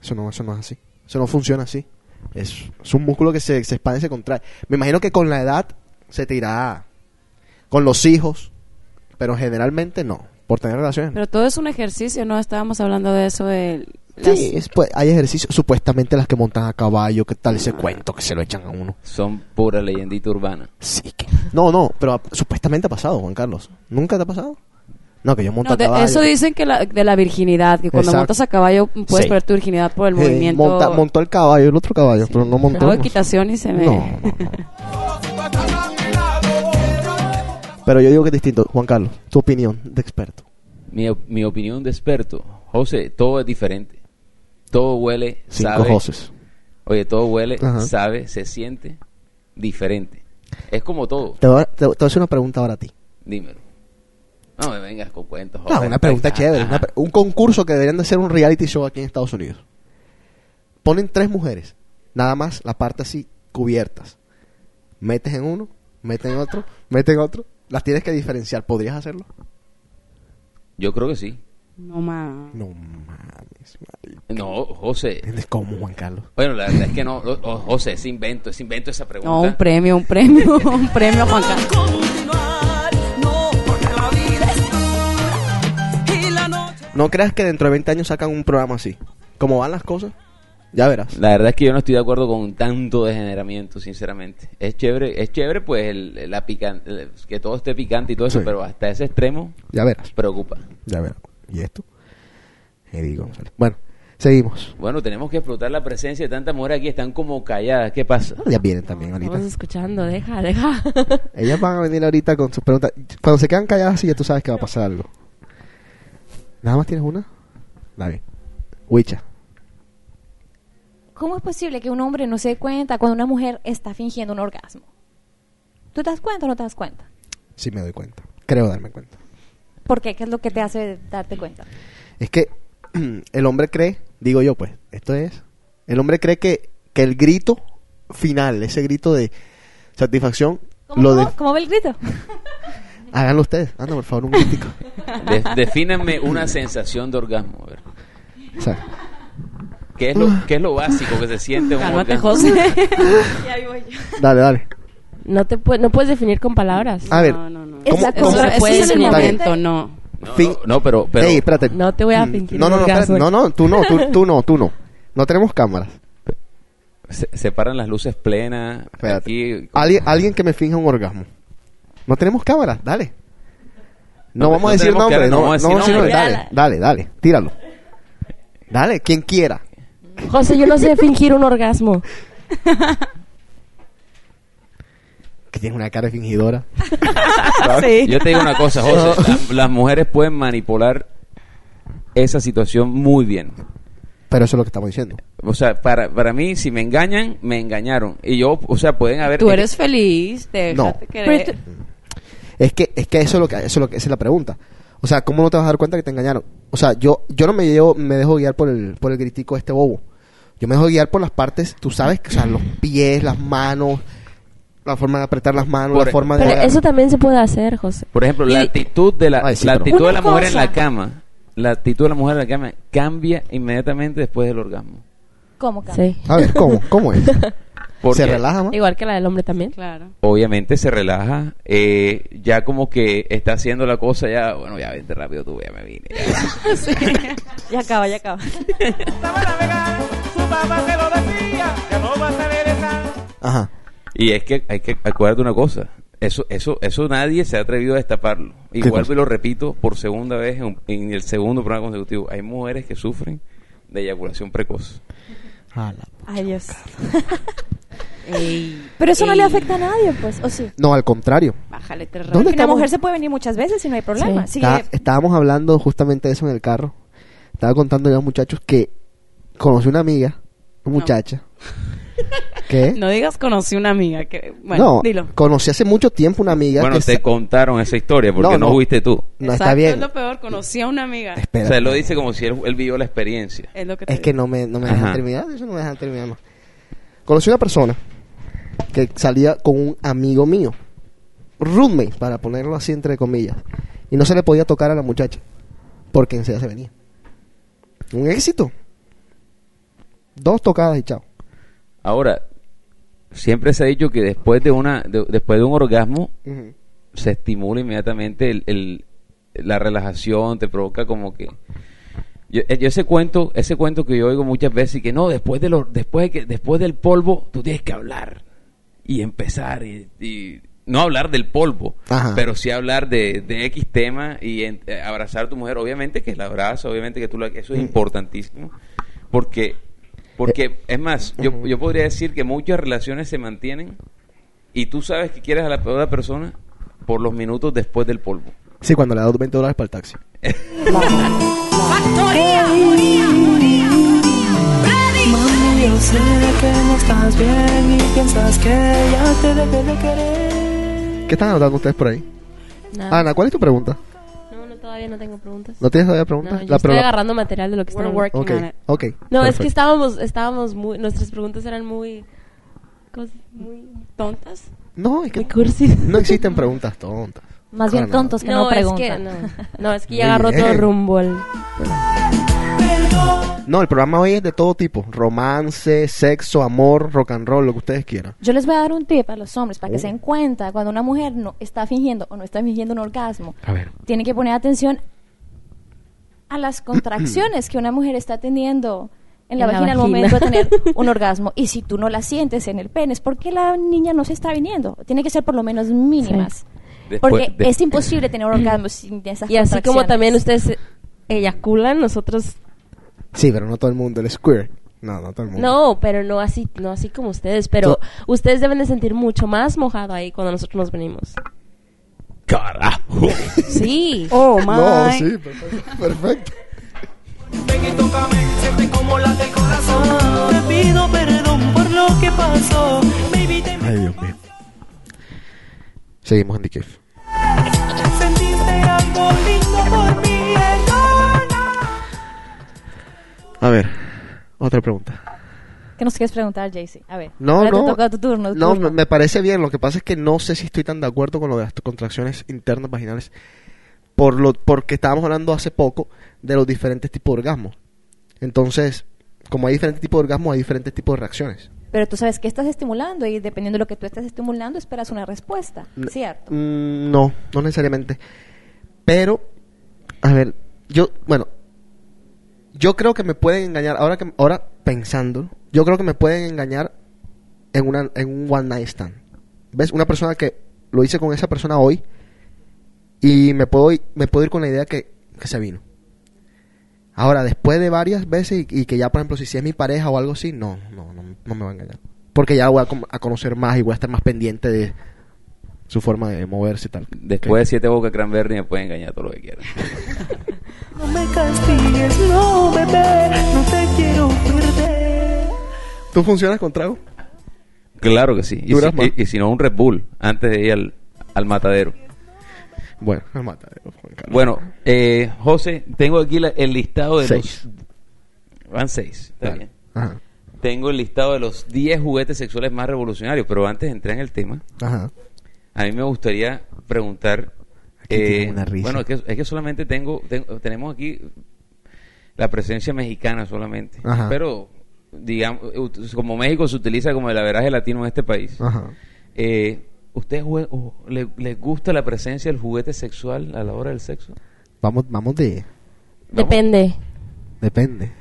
Eso no, eso no es así. Eso no funciona así. Es, es un músculo que se, se expande y se contrae. Me imagino que con la edad se te irá con los hijos, pero generalmente no. Por tener relaciones. no.
Pero todo es un ejercicio, ¿no? Estábamos hablando de eso de las-
Sí, es, pues, hay ejercicios, supuestamente las que montan a caballo, que tal ese cuento que se lo echan a uno.
Son pura leyendita urbana.
Sí, que- No, no, pero ha- supuestamente ha pasado, Juan Carlos. ¿Nunca te ha pasado? No, que yo monto
No,
a
de-
caballo.
eso dicen que la, de la virginidad, que cuando
Exacto.
montas a caballo puedes
Sí.
perder tu virginidad por el
Eh,
movimiento.
monta- montó el caballo, el otro caballo, pero no montó. no.
Hago equitación y se me...
No, no, no. Pero yo digo que es distinto. Juan Carlos, tu opinión de experto.
Mi, op- mi opinión de experto, José, todo es diferente. Todo huele,
Cinco
sabe.
voces.
Oye, todo huele,
Ajá.
sabe, se siente diferente. Es como todo.
Te voy, a, te, te voy a hacer una pregunta ahora a ti.
Dímelo. No me vengas con cuentos.
No,
José.
una pregunta
Ajá,
chévere.
pues, ajá.
una pre- un concurso que deberían de ser un reality show aquí en Estados Unidos. Ponen tres mujeres, nada más la parte así cubiertas. Metes en uno, metes en otro, metes en otro. Las tienes que diferenciar. ¿Podrías hacerlo?
Yo creo que sí.
No, ma.
No mames, marico.
No, José.
¿Entiendes cómo, Juan Carlos?
Bueno, la verdad es que no. o- o- José, es invento, es invento esa pregunta.
No, un premio, un premio, un premio, Juan Carlos.
Continuar, no, porque la vida es dura y la noche.
No creas que dentro de 20 años sacan un programa así. Como van las cosas, ya verás.
La verdad es que yo no estoy de acuerdo con tanto degeneramiento, sinceramente. Es chévere, es chévere pues el- la pican- el- que todo esté picante y todo eso,
Sí.
pero hasta ese extremo
Ya verás.
preocupa.
Ya verás. ¿Y esto? Eric González. Bueno, seguimos.
Bueno, tenemos que explotar la presencia de tantas mujeres aquí, están como calladas, ¿qué pasa?
Ya vienen también ahorita.
Estamos escuchando, deja, deja.
Ellas van a venir ahorita con sus preguntas. Cuando se quedan calladas así, ya tú sabes que va a pasar algo. ¿Nada más tienes una? Dale. Wicha.
¿Cómo es posible que un hombre no se dé cuenta cuando una mujer está fingiendo un orgasmo? ¿Tú te das cuenta o no te das cuenta?
Sí me doy cuenta. Creo darme cuenta.
¿Por qué? ¿Qué es lo que te hace darte cuenta?
Es que el hombre cree, digo yo pues, esto es, el hombre cree que, que el grito final, ese grito de satisfacción,
¿Cómo,
lo
cómo-
de-
cómo ve el grito?
háganlo ustedes. Anda, por favor, un gritico.
De- defínanme una sensación de orgasmo. a ver.
O sea,
¿Qué es lo, qué es lo básico que se siente un
Cálmate,
orgasmo?
José.
dale, dale.
No te pue- no puedes definir con palabras.
A ver,
No, no, no.
¿cómo-
Eso-
cómo-
eso no
Exacto.
puedes
Eso es en el
definir.
momento,
no.
Fin-
No, pero, pero
Ey, espérate. Mm,
No te voy a fingir.
No, no,
un
no,
orgasmo.
espérate. no, no, tú no, tú, tú no, tú no. No tenemos cámaras.
se, separan las luces plenas.
Espérate.
Aquí,
Alguien, alguien que me finja un orgasmo. No tenemos cámaras, dale. No,
No,
vamos a
no
decir
tenemos
nombre,
cámaras,
no, no vamos a decir nombre. Dale,
nombre.
dale, dale, tíralo. Dale, quien quiera.
José, yo no sé fingir un orgasmo.
Que tiene una cara de fingidora.
Sí.
Ah, Yo te digo una cosa, José. la- las mujeres pueden manipular esa situación muy bien.
Pero eso es lo que estamos diciendo.
O sea, para, para mí, si me engañan, me engañaron. Y yo, o sea, pueden haber... eh,
Tú eres feliz,
No. este-
déjate
Pero
querer.
tú-
Es que, es que eso es lo que, eso es lo que, esa es la pregunta. O sea, ¿cómo no te vas a dar cuenta que te engañaron? O sea, yo, yo no me llevo, me dejo guiar por el, por el gritico de este bobo. Yo me dejo guiar por las partes, tú sabes, que, o sea, los pies, las manos, la forma de apretar las manos,
Por-
la forma
Pero
de...
eso también se puede hacer, José.
Por ejemplo, la
Y-
actitud de la,
Ay, sí,
la
pero-
actitud de
Una
la mujer en
cosa.
la cama, la actitud de la mujer en la cama cambia inmediatamente después del orgasmo.
¿Cómo, Carlos?
Sí.
A ver, ¿cómo? ¿Cómo es?
Porque
¿Se relaja más?
Igual que la del hombre también.
Claro.
obviamente se relaja, eh, ya como que está haciendo la cosa, ya, bueno, ya vente rápido tú, ya me vine. ya.
Ya acaba, ya acaba.
Ajá.
Y es que hay que acuérdate una cosa, eso, eso, eso nadie se ha atrevido a destaparlo. Y
¿Qué
vuelvo
cosa?
y lo repito por segunda vez en, en el segundo programa consecutivo, hay mujeres que sufren de eyaculación precoz.
Ay, Dios. Pero eso no le afecta a nadie, pues, ¿o sí?
No, al contrario.
Bájale te
¿Dónde
Y la
estamos?
mujer se puede venir muchas veces y no hay problema.
Sí.
Sí.
eh.
Está- estábamos hablando justamente de eso en el carro. Estaba contando yo a los muchachos que conocí una amiga, una
No.
muchacha. ¿Qué?
No digas conocí una amiga que bueno,
no,
dilo.
conocí hace mucho tiempo una amiga.
Bueno,
que
te
sa-
contaron esa historia porque
No,
no,
no.
fuiste tú.
No está
Exacto, Es
bien.
lo peor, conocí a una amiga.
O
Espera.
sea, él lo dice como si él, él vivió la experiencia.
Es lo que te
Es que no me, no me dejan
Ajá.
terminar, eso no me dejan terminar más. Conocí una persona que salía con un amigo mío, roommate, para ponerlo así entre comillas, y no se le podía tocar a la muchacha, porque enseguida se venía. Un éxito. Dos tocadas y chao.
Ahora, siempre se ha dicho que después de una, de- después de un orgasmo,
Ujú.
se estimula inmediatamente el- el- la relajación, te provoca como que yo, eh, yo ese cuento, ese cuento que yo oigo muchas veces y que no, después de lo, después de que, después del polvo, tú tienes que hablar y empezar y, y no hablar del polvo,
Ajá.
pero sí hablar de, de X tema y en- eh, abrazar a tu mujer, obviamente que la abraza, obviamente que tú la, eso es importantísimo, porque porque es más, yo, yo podría decir que muchas relaciones se mantienen y tú sabes que quieres a la otra persona por los minutos después del polvo.
Sí, cuando le da 20 dólares para el taxi.
Mami, yo sé que no estás bien y piensas que ya te dejé de querer.
¿Qué están anotando ustedes por ahí?
Nada.
Ana, ¿cuál es tu pregunta?
No, no, todavía no tengo preguntas.
Ah, ¿No tienes todavía
No,
preguntas?
yo
La
estoy
pregunta-
agarrando material de lo que
We're
está
working
Ok,
on it.
ok.
No, es
perfecto.
que estábamos, estábamos muy, nuestras preguntas eran muy, cosas muy
tontas.
No, es que
muy cursis.
no existen preguntas tontas.
Más bien
Para nada.
tontos que no,
No, es que
preguntan.
no, no, es que
Muy
ya agarró
bien.
todo rumbo el-
No, el programa hoy es de todo tipo: romance, sexo, amor, rock and roll, lo que ustedes quieran.
Yo les voy a dar un tip a los hombres para que se den cuenta cuando una mujer no está fingiendo o no está fingiendo un orgasmo.
A ver.
Tienen que poner atención a las contracciones que una mujer está teniendo en la,
En la
vagina, al
vagina.
momento de tener un orgasmo. Y si tú no la sientes en el pene, es porque la niña no se está viniendo. Tiene que ser por lo menos mínimas.
Después-
porque
de-
es imposible tener un orgasmo sin esas
Y así como
contracciones.
también ustedes eyaculan, nosotros
Sí, pero no todo el mundo, el square. No, no todo el mundo.
no, pero no así, no así como ustedes, pero ustedes deben de sentir mucho más mojado ahí cuando nosotros nos venimos.
Carajo.
Sí.
Oh,
No,
my.
sí, perfecto. perfecto.
Ven y tócame, siente como la del corazón. Te pido perdón por lo que pasó. Baby, te
Ay, Dios mío. Seguimos en The Cave.
sentiste algo lindo por mí.
A ver, otra pregunta.
¿Qué nos quieres preguntar, Jaycee? A ver.
No,
ahora
no.
Te toca tu turno. tu
no,
turno.
me- me parece bien. Lo que pasa es que no sé si estoy tan de acuerdo con lo de las contracciones internas vaginales. Por lo, porque estábamos hablando hace poco de los diferentes tipos de orgasmos. Entonces, como hay diferentes tipos de orgasmos, hay diferentes tipos de reacciones.
Pero tú sabes qué estás estimulando y dependiendo de lo que tú estés estimulando, esperas una respuesta,
N-
¿cierto?
Mm, No, no necesariamente. Pero, a ver, yo, bueno, yo creo que me pueden engañar, ahora que ahora pensando, yo creo que me pueden engañar en, una, en un one night stand. ¿Ves? Una persona que lo hice con esa persona hoy y me puedo, ir- me puedo ir con la idea que, que se vino. Ahora, después de varias veces y, y que ya, por ejemplo, si, si es mi pareja o algo así, no, no, no, no me va a engañar. Porque ya voy a, com- a conocer más y voy a estar más pendiente de su forma de moverse y tal.
Después de siete bocas cranberry me pueden engañar todo lo que quieran.
No me castigues, no, bebé, no te quiero perder.
¿Tú funcionas con trago?
Claro que sí. Y si,
Duras más.
y- y si no, un Red Bull antes de ir al, al matadero.
Bueno, al matadero, Juan Carlos.
Bueno, eh, José, tengo aquí la- el listado de
Seis.
los... Van seis. Está
Dale.
bien.
Ajá.
Tengo el listado de los 10 juguetes sexuales más revolucionarios, pero antes de entrar en el tema,
Ajá.
a mí me gustaría preguntar... eh,
Aquí tiene una risa.
Bueno, es que, es que solamente tengo, tengo- Tenemos aquí la presencia mexicana solamente.
Ajá.
Pero, digamos, ut- como México se utiliza como el averaje latino en este país.
Ajá.
Eh, ¿Ustedes jue- o le- les gusta la presencia del juguete sexual a la hora del sexo?
Vamos, vamos de.
Depende.
Depende.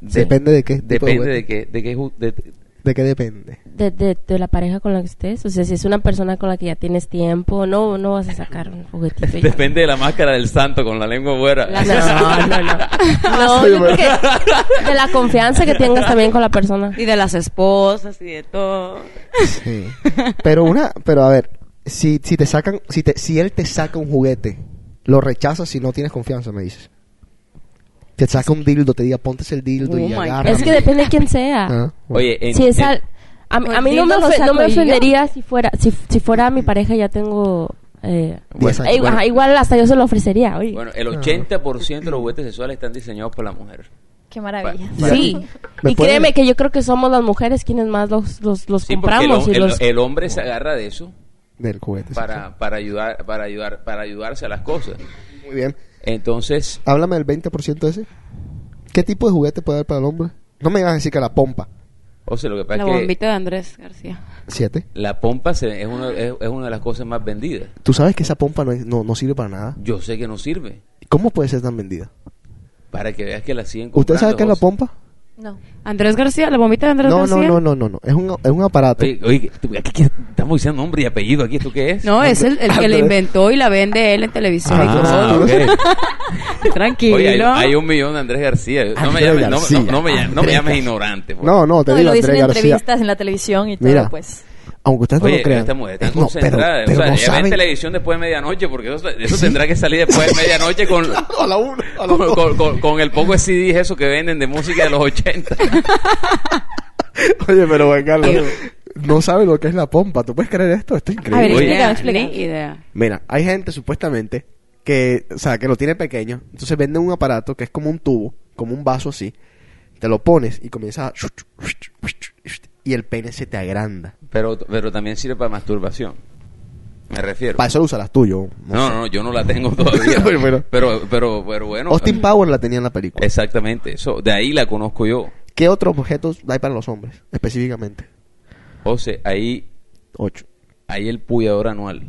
De-
Depende de qué tipo de
Depende
juguete.
de qué. De qué ju- de-
¿De qué depende?
De, de, de la pareja con la que estés. O sea, si es una persona con la que ya tienes tiempo, no, no vas a sacar un juguetito. ya.
depende de la máscara del santo con la lengua fuera.
La- no, no, no. No, yo creo que de la confianza que tengas también con la persona.
Y de las esposas y de todo.
Sí. Pero una, pero a ver, si, si te sacan, si te, si él te saca un juguete, lo rechazas si no tienes confianza, me dices. Te saca un dildo, te diga ponte el dildo
Oh
y
my God.
agarra.
Es que depende de quién sea.
Ah, bueno.
Oye, en-
Si es
en-
al- a, a
Pues
mí no me,
dildo
ofe-
saco
no me
yo.
ofendería si fuera si, si fuera mi pareja ya tengo eh,
Diez
eh,
años.
ajá, igual hasta yo se lo ofrecería oye.
bueno, el 80% de los juguetes sexuales están diseñados por la mujer.
Qué maravilla.
Bueno,
sí
¿me
y
puede-
créeme que yo creo que somos las mujeres quienes más los los, los
Sí, porque el
compramos
hom-
y
el,
los Oh.
el hombre se agarra de eso
Del juguete.
para, para ayudar para ayudar para ayudarse a las cosas.
sí. Muy bien.
Entonces,
Háblame del 20% ese. ¿Qué tipo de juguete puede haber para el hombre? No me vas a decir que la pompa.
o sea, lo que pasa
La
es que
bombita de Andrés García.
Siete.
la pompa se- es, uno- es- es una de las cosas más vendidas.
Tú sabes que esa pompa no, es- no, no sirve para nada.
Yo sé que no sirve
¿Cómo puede ser tan vendida?
para que veas que la siguen comprando.
¿Usted sabe qué es la
José.
pompa?
No.
Andrés García, la bombita de Andrés
No, no,
García.
no, no, no, no. Es un, es un aparato.
Oye, oye, tú- aquí- aquí estamos diciendo nombre y apellido aquí, ¿esto qué es?
No, es el, el que la
Andrés.
inventó y la vende él en televisión. y
Ah,
todo.
ok.
Ah.
Tranquilo.
Oye, hay, hay un millón de Andrés García. No me
Andrés
llames, no,
García.
no- no me llames, no me
Andrés
llames
García.
ignorante. por
No,
favor.
no, te
No, y
digo
lo dicen
Andrés
en
García.
entrevistas en la televisión y todo,
Mira.
pues.
Aunque ustedes no
Oye,
lo crean.
esta mujer
eh,
está
no, pero,
concentrada.
pero
o sea,
no
ella ve
saben.
televisión después de medianoche, porque eso, eso tendrá que salir después de medianoche con,
A la una, a la
con,
dos.
con- con- con el poco de CDs eso que venden de música de los 80.
Oye, pero Juan Carlos, no saben lo que es la pompa. ¿Tú puedes creer esto? Esto es
A ver,
increíble.
Oye.
explícame,
Ni
explícame. idea.
Mira, hay gente supuestamente que, o sea, que lo tiene pequeño. Entonces venden un aparato que es como un tubo, como un vaso así. Te lo pones y comienza a... Y el pene se te agranda.
Pero, pero también sirve para masturbación. Me refiero.
Para eso lo usarás tú, yo. no
No,
sé.
no, yo no la tengo todavía.
Pero- pero-
pero, pero, pero bueno.
Austin Power la tenía en la película.
Exactamente, eso. De ahí la conozco yo.
¿Qué otros objetos hay para los hombres? Específicamente.
José, ahí,
Ocho.
ahí el puyador anual.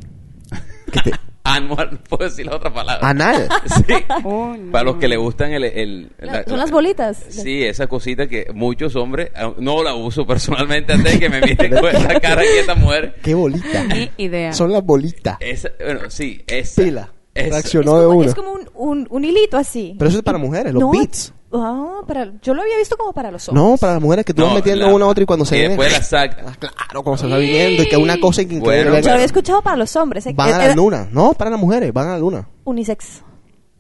¿Qué te- Ah,
anual, no puedo decir la otra palabra.
Anal.
Sí.
Oh, no.
Para los que le gustan el... el- la-
Son las bolitas.
Sí, esa cosita que muchos hombres... ah, No la uso personalmente antes de que me miten con esa cara aquí esta mujer.
¿Qué bolita?
Ni idea.
Son las bolitas.
Esa, bueno, sí, esa.
Pila.
esa.
Es
Reaccionó de
como,
una.
es como un, un, un hilito así.
Pero eso es para mujeres, los
No,
beats.
ah, para, yo lo había visto como para los hombres.
No, para las mujeres que tú
No,
vas metiendo
la-
una a otra y cuando se
y
ven. Ah,
después la saca.
Claro, cuando se está viviendo y que una cosa increíble.
Bueno,
Yo lo
claro.
había escuchado para los hombres. eh,
Van a
eh,
la luna. No, para las mujeres, van a la luna.
Unisex.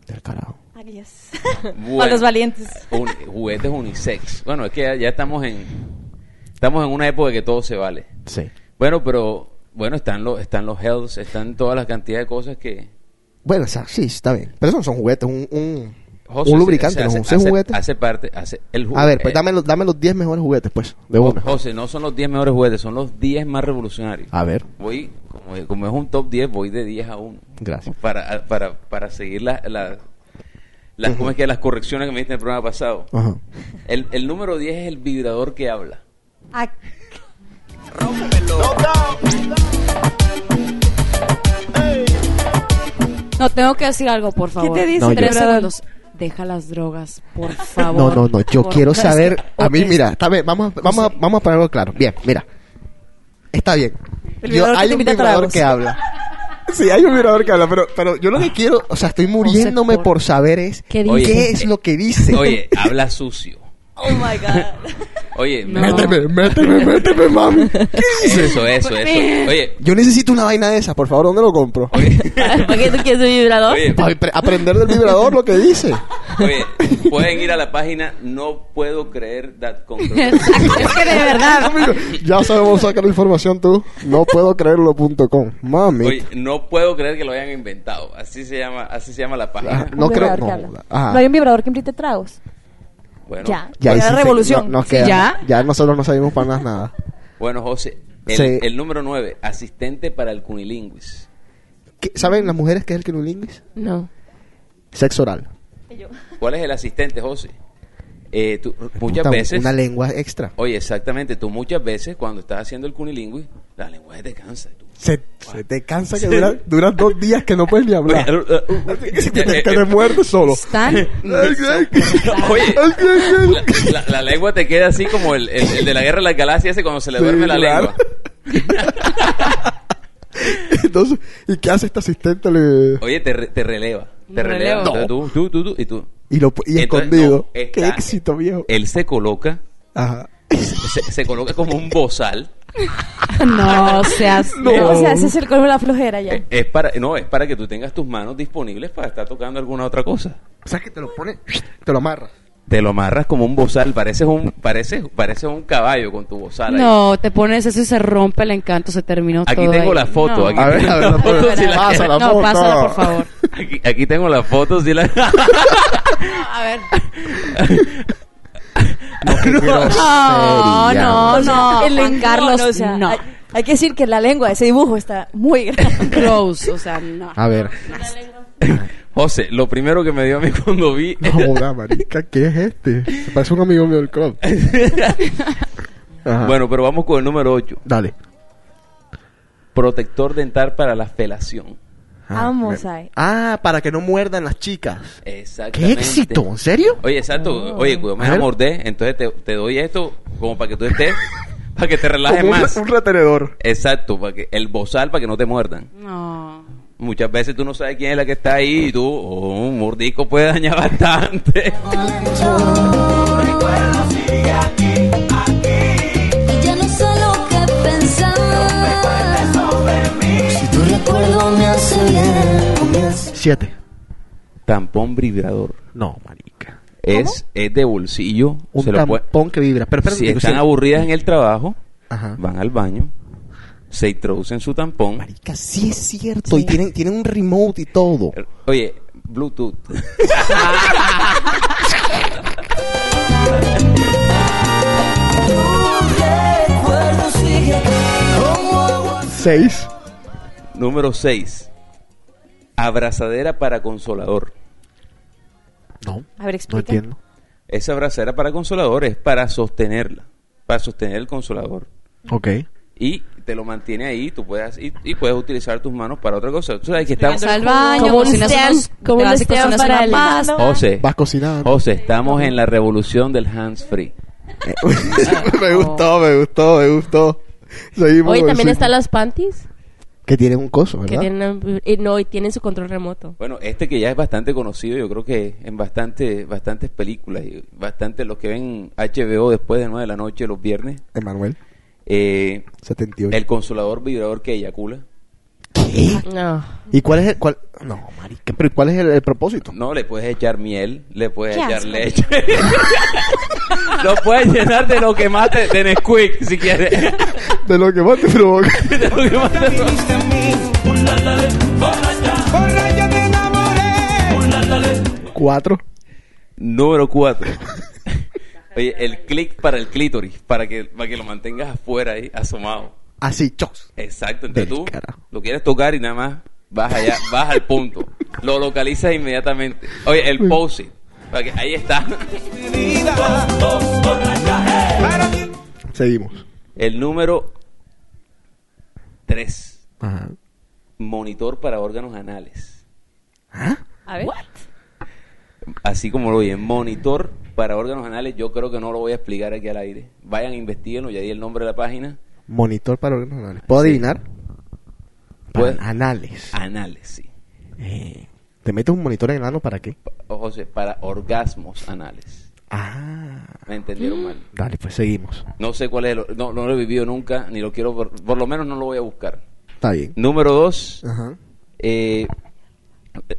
Del carajo.
Ay, yes.
Bueno.
Para los valientes.
Un- juguetes unisex. Bueno, es que ya, ya estamos en... Estamos en una época que todo se vale.
Sí.
Bueno, pero... Bueno, están los, están los healths, están todas las cantidades de cosas que...
Bueno, o sea, sí, está bien. Pero eso no son juguetes, un, un,
José,
un
se-
lubricante,
se
no
hace-
Son
hace-
juguetes.
Hace parte... Hace, el ju-
a ver, pues
eh,
dame los, dame los 10 mejores juguetes, pues, de
Jo-
una.
Oh, José, no son los 10 mejores juguetes, son los 10 más revolucionarios.
A ver.
Voy, como, como es un top 10, voy de 10 a 1.
Gracias.
Para, para, para seguir la- la- las, ¿cómo es que? las correcciones que me diste en el programa pasado.
Ajá.
El, el número 10 es el vibrador que habla.
Ah,
No, tengo que decir algo, por favor.
te dice, No, yo-
Tres
Brother?
segundos. Deja las drogas, por
No,
favor.
no, no. Yo
Por-
quiero
Es que-
saber. A mí,
ok.
mira, está bien, vamos, a- vamos, a- vamos a ponerlo claro. Bien, mira. Está bien.
El
Yo-
vibrador que
hay
te
un
invita a
vibrador
tragos.
que habla. Sí, hay un vibrador que habla, pero, pero yo lo que quiero, o sea, estoy muriéndome por... saber es Ah. qué,
Oye,
es lo que dice.
Oye, habla sucio.
Oh my God.
Oye,
Méteme, Eh, méteme, méteme, mami. ¿Qué dice?
Eso, eso, eso. Oye,
Yo necesito una vaina de esa, por favor, ¿dónde lo compro?
¿Para qué tú quieres un vibrador?
Para aprender del vibrador lo que dice.
oye, pueden ir a la página no puedo creer.com.
es que de verdad. ya sabemos sacar información tú. No puedo creerlo.com. Mami.
Oye, no puedo creer que lo hayan inventado. Así se llama, así se llama la página.
no
Un
creo-
vibrador
no,
que habla.
ajá.
No hay un vibrador que invite tragos.
Bueno,
Ya.
Ya
Fue la
hiciste-
revolución.
no- nos
Sí,
queda-
ya.
ya nosotros no sabemos para más nada.
bueno, José, el,
Sí.
el número 9, asistente para el cunilingüis.
¿Qué- ¿Saben las mujeres qué es el quinulingüis?
No.
Sexo oral.
¿Cuál es el asistente, José? Eh, tú- muchas
Puta,
veces.
Una lengua extra.
Oye, exactamente. Tú muchas veces cuando estás haciendo el cunilingüis, la lengua se te cansa. Tú.
Se, se te cansa que
Sí.
dura- duras dos días que no puedes ni hablar.
uh,
que,
eh,
te, que te muerdes solo.
Están.
Oye, la, la- la lengua te queda así como el, el- el de la guerra de las galaxias, ese cuando se le
Sí,
duerme la
claro.
lengua.
Entonces, ¿y qué hace este asistente? Le-
Oye, te, re- te releva. Te releva.
Relevo.
Entonces tú, tú, tú, tú, y tú.
Y, lo, y
Entonces,
escondido.
no, está- Eh,
qué éxito, viejo.
Él se coloca,
Ajá.
se, se coloca como un bozal.
No seas.
No, O sea, ese es el colmo de la flojera ya.
eh, Es para, no, es para que tú tengas tus manos disponibles para estar tocando alguna otra cosa.
O sea, que te lo pone, te lo amarra.
Te lo amarras como un bozal, pareces un, pareces, pareces un caballo con tu bozal ahí.
No, te pones eso y se rompe el encanto, se terminó
Aquí
todo.
tengo
ahí.
la foto, aquí
No.
tengo la foto, si la quieres.
no, pásala, por favor.
Aquí, aquí tengo la foto, si la...
A ver.
No,
no, no,
El
Juan
lenguón,
Carlos,
o sea,
no.
Hay, hay que decir que la lengua de ese dibujo está muy grande.
Gross, o sea, no.
A ver.
José, lo primero que me dio a mí cuando vi...
Joda, marica, ¿qué es este? Se parece un amigo mío del club. Ajá.
Bueno, pero vamos con el número 8.
Dale.
Protector dental para la felación.
Vamos
me-
ahí.
Ah, para que no muerdan las chicas.
Exactamente.
¡Qué éxito! ¿En serio?
Oye, exacto. Oye, cuidado, me
A
vas a
ver.
morder. Entonces te, te doy esto como para que tú estés, para que te relajes
Como un-
más.
un retenedor.
Exacto, para que el bozal para que no te muerdan.
No.
Muchas veces tú no sabes quién es la que está ahí y tú, oh, un mordico puede dañar bastante.
Y ya no sé lo que pensar. Si tu recuerdo me hace bien.
Siete.
Tampón vibrador.
No, marica.
Es, es de bolsillo.
Un
se lo puede-
tampón que vibra. Pero espérate,
si
que
están
sí.
aburridas en el trabajo,
Ajá.
van al baño, se introducen su tampón.
Marica, sí es cierto. Y tienen, tienen un remote y todo.
Oye, Bluetooth.
Seis.
Número 6. Abrazadera para consolador.
No.
A ver, explica.
No entiendo.
Esa abrazadera para consolador es para sostenerla, para sostener el consolador.
Ok.
Y te lo mantiene ahí, tú puedes, y, y puedes utilizar tus manos para otra cosa. Tú sabes que estamos...
Vas al baño,
Como un
cocinas
stand,
unos
como un
básicos,
stand
unas
para el-
pasta. Oh.
José,
Vas cocinando.
José, estamos en la revolución del hands-free.
me gustó, me gustó, me gustó. Seguimos.
Oye,
con el
también
cinco.
están los panties
Que tienen un coso, ¿verdad?
que tienen y no y tienen su control remoto.
Bueno, este que ya es bastante conocido, yo creo que en bastante, bastantes películas, y bastante los que ven HBO después de 9 de la noche los viernes,
Emanuel.
eh,
78.
el consolador vibrador que eyacula.
¿Qué?
No.
¿Y cuál es el cuál? No, marica. Pero ¿cuál es el, el propósito?
No, le puedes echar miel, le puedes
Qué
echar
asco.
leche. lo puedes llenar de lo que más te, de Nesquik, si quieres.
De lo que más te provoca.
De lo que más te provoca.
Cuatro.
Número 4. Oye, el clic para el clítoris, para que, para que lo mantengas afuera ahí, asomado.
Así, chos.
Exacto, entonces
Del
tú
carajo.
lo quieres tocar y nada más vas allá, vas al punto. Lo localizas inmediatamente. Oye, el pose. Para que, ahí está.
Seguimos.
El número Tres.
Ajá.
Monitor para órganos anales.
¿Ah?
A ver.
Así como lo oyen, monitor para órganos anales, yo creo que no lo voy a explicar aquí al aire. Vayan, investiguenlo, ya di el nombre de la página.
Monitor para órganos anales. ¿Puedo adivinar?
Pues-
Para anales.
Anales, sí.
Eh, ¿Te metes un monitor en el ano para qué?
O- José, para orgasmos anales.
Ah.
Me entendieron mal.
Dale, pues seguimos.
No sé cuál es, el- no, no lo he vivido nunca, ni lo quiero, por, por lo menos no lo voy a buscar.
Está bien.
Número dos,
Ajá.
eh,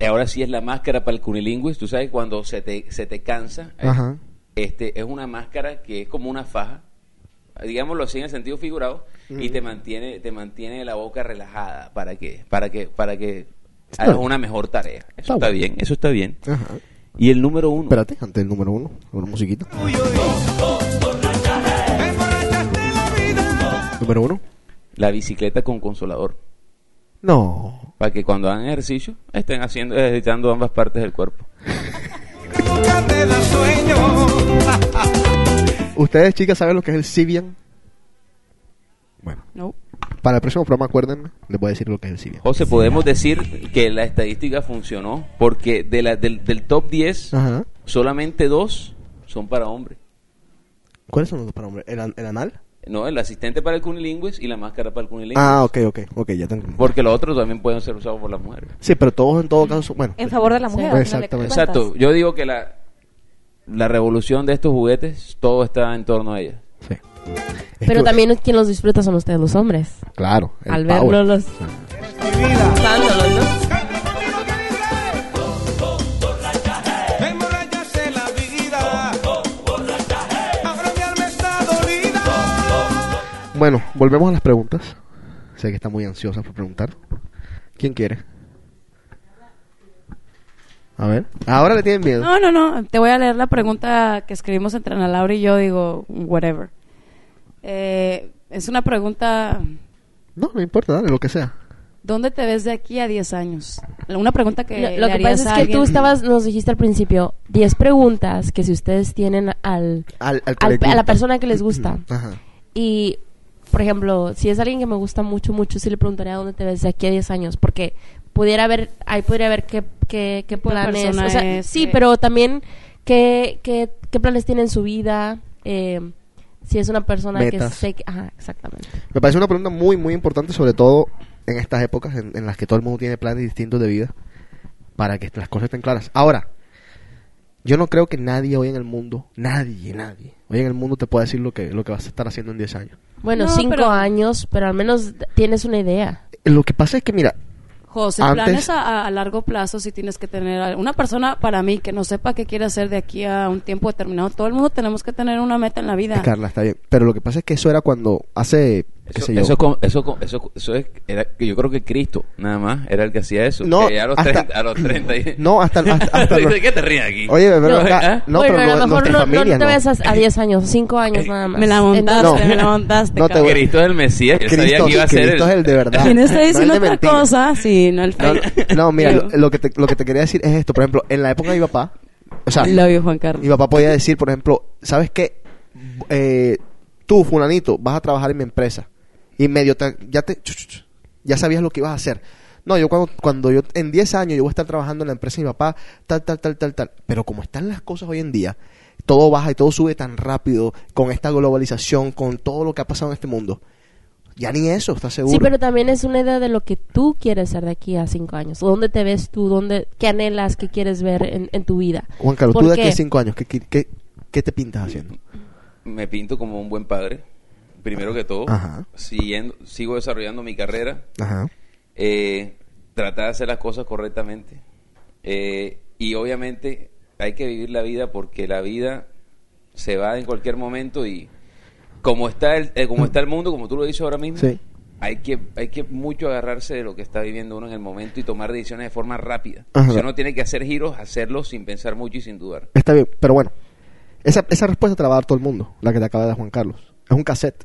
ahora sí es la máscara para el cunilingüis. Tú sabes, cuando se te, se te cansa, eh,
Ajá.
este es una máscara que es como una faja, digámoslo así en el sentido figurado, y
Ujú.
te mantiene, te mantiene la boca relajada para que, para que, para que hagas una mejor tarea. Eso está bien, eso está bien.
Ajá.
Y el número uno.
Espérate, antes del número uno, una musiquita. Número uno.
La bicicleta con consolador.
No.
Para que cuando hagan ejercicio estén haciendo, ejercitando ambas partes del cuerpo.
Ustedes, chicas, saben lo que es el Sibian.
No.
Para el próximo programa, acuérdenme, les voy a decir lo que es el Sibian.
José, podemos decir que la estadística funcionó porque de la, del, del top 10,
Ajá.
solamente dos son para hombres.
¿Cuáles son los dos para hombres? ¿El, an- el anal?
No, el asistente para el cunilingües y la máscara para el cunilingües.
Ah, ok, ok, ok, ya tengo.
Porque los otros también pueden ser usados por las mujeres.
Sí, pero todos en todo caso, son- bueno.
En favor de la mujer.
Pues
al final de
exactamente.
cuentas.
Exacto. Yo digo que la, la revolución de estos juguetes, todo está en torno a ella.
Pero también quien los disfruta son ustedes, los hombres.
Claro. el
Al
power.
verlos los... Usándolos, ¿no?
Bueno, volvemos a las preguntas. Sé que está muy ansiosa por preguntar. ¿Quién quiere? A ver. Ahora le tienen miedo.
No, no, no. Te voy a leer la pregunta que escribimos entre Ana Laura y yo. Digo, whatever. Eh, es una pregunta.
No, no importa, dale, lo que sea.
¿Dónde te ves de aquí a 10 años? Una pregunta que.
lo,
le
que
harías
pasa
a
es que tú
alguien.
estabas, nos dijiste al principio, 10 preguntas que si ustedes tienen al,
Al, al que
al-
le
a la
gusta.
persona que les gusta.
Ajá.
Y, por ejemplo, si es alguien que me gusta mucho, mucho, sí le preguntaría dónde te ves de aquí a 10 años, porque pudiera ver, ahí pudiera ver qué, qué, qué planes.
persona
o sea,
es,
sí,
qué-
pero también qué, qué, qué planes tiene en su vida, eh, si es una persona
Metas.
que sé que... Ajá, exactamente.
Me parece una pregunta muy, muy importante, sobre todo en estas épocas en, en las que todo el mundo tiene planes distintos de vida, para que las cosas estén claras. Ahora, yo no creo que nadie hoy en el mundo, nadie, nadie, hoy en el mundo te pueda decir lo que, lo que vas a estar haciendo en 10 años.
Bueno,
No,
5
pero-
años, pero al menos tienes una idea.
Lo que pasa es que, mira,
José,
Antes-
planes a, a largo plazo si tienes que tener a- una persona para mí que no sepa qué quiere hacer de aquí a un tiempo determinado. Todo el mundo tenemos que tener una meta en la vida.
Carla, está bien, pero lo que pasa es que eso era cuando hace, qué
Eso,
sé yo.
eso, con- eso, con- eso, eso es, era, yo creo que Cristo, nada más, era el que hacía eso.
No,
Que ya a los
hasta-
30. A los 30 y-
no, hasta, hasta, hasta
¿De
los-
qué te ríes aquí?
Oye, pero,
No,
acá-
¿eh?
no,
bueno,
pero
a lo
no-
mejor
nuestra
no, no
familia
te
no.
ves a 10 años, 5 años nada más.
Eh, Me la montaste,
No.
me la montaste.
No te
cabrón.
voy-
Cristo es el Mesías, yo sabía
Cristo,
que iba a
sí,
ser
Cristo
el-
es el de verdad.
¿Quién
No
está
el
diciendo
de
otra
mentira.
cosa? Sí, no el
No, no, no, mira,
Yo-
lo, lo que te, lo que te quería decir es esto. Por ejemplo, en la época de mi papá, o sea,
Lo vio Juan Carlos.
mi papá podía decir, por ejemplo, ¿sabes qué? Eh, tú, fulanito, vas a trabajar en mi empresa. Y medio te- ya te chu, chu, chu, ya sabías lo que ibas a hacer. No, yo cuando, cuando yo en 10 años yo voy a estar trabajando en la empresa de mi papá, tal, tal, tal, tal, tal. Pero como están las cosas hoy en día, todo baja y todo sube tan rápido con esta globalización, con todo lo que ha pasado en este mundo. Ya ni eso, ¿estás seguro?
Sí, pero también es una idea de lo que tú quieres ser de aquí a cinco años. ¿Dónde te ves tú? ¿Dónde, ¿Qué anhelas? ¿Qué quieres ver en, en tu vida?
Juan Carlos, tú de aquí
Porque
a cinco años, ¿qué, qué, qué- qué te pintas haciendo?
me pinto como un buen padre, primero que todo.
Ajá.
Siguiendo, sigo desarrollando mi carrera,
Ajá.
eh, tratar de hacer las cosas correctamente. eh, y obviamente hay que vivir la vida porque la vida se va en cualquier momento y como está el, eh, como está el mundo, como tú lo dices ahora mismo,
Sí.
hay que hay que mucho agarrarse de lo que está viviendo uno en el momento y tomar decisiones de forma rápida.
Ajá.
Si uno tiene que hacer giros, hacerlos sin pensar mucho y sin dudar.
Está bien, pero bueno. Esa, esa respuesta te la va a dar todo el mundo, la que te acaba de dar Juan Carlos. Es un cassette.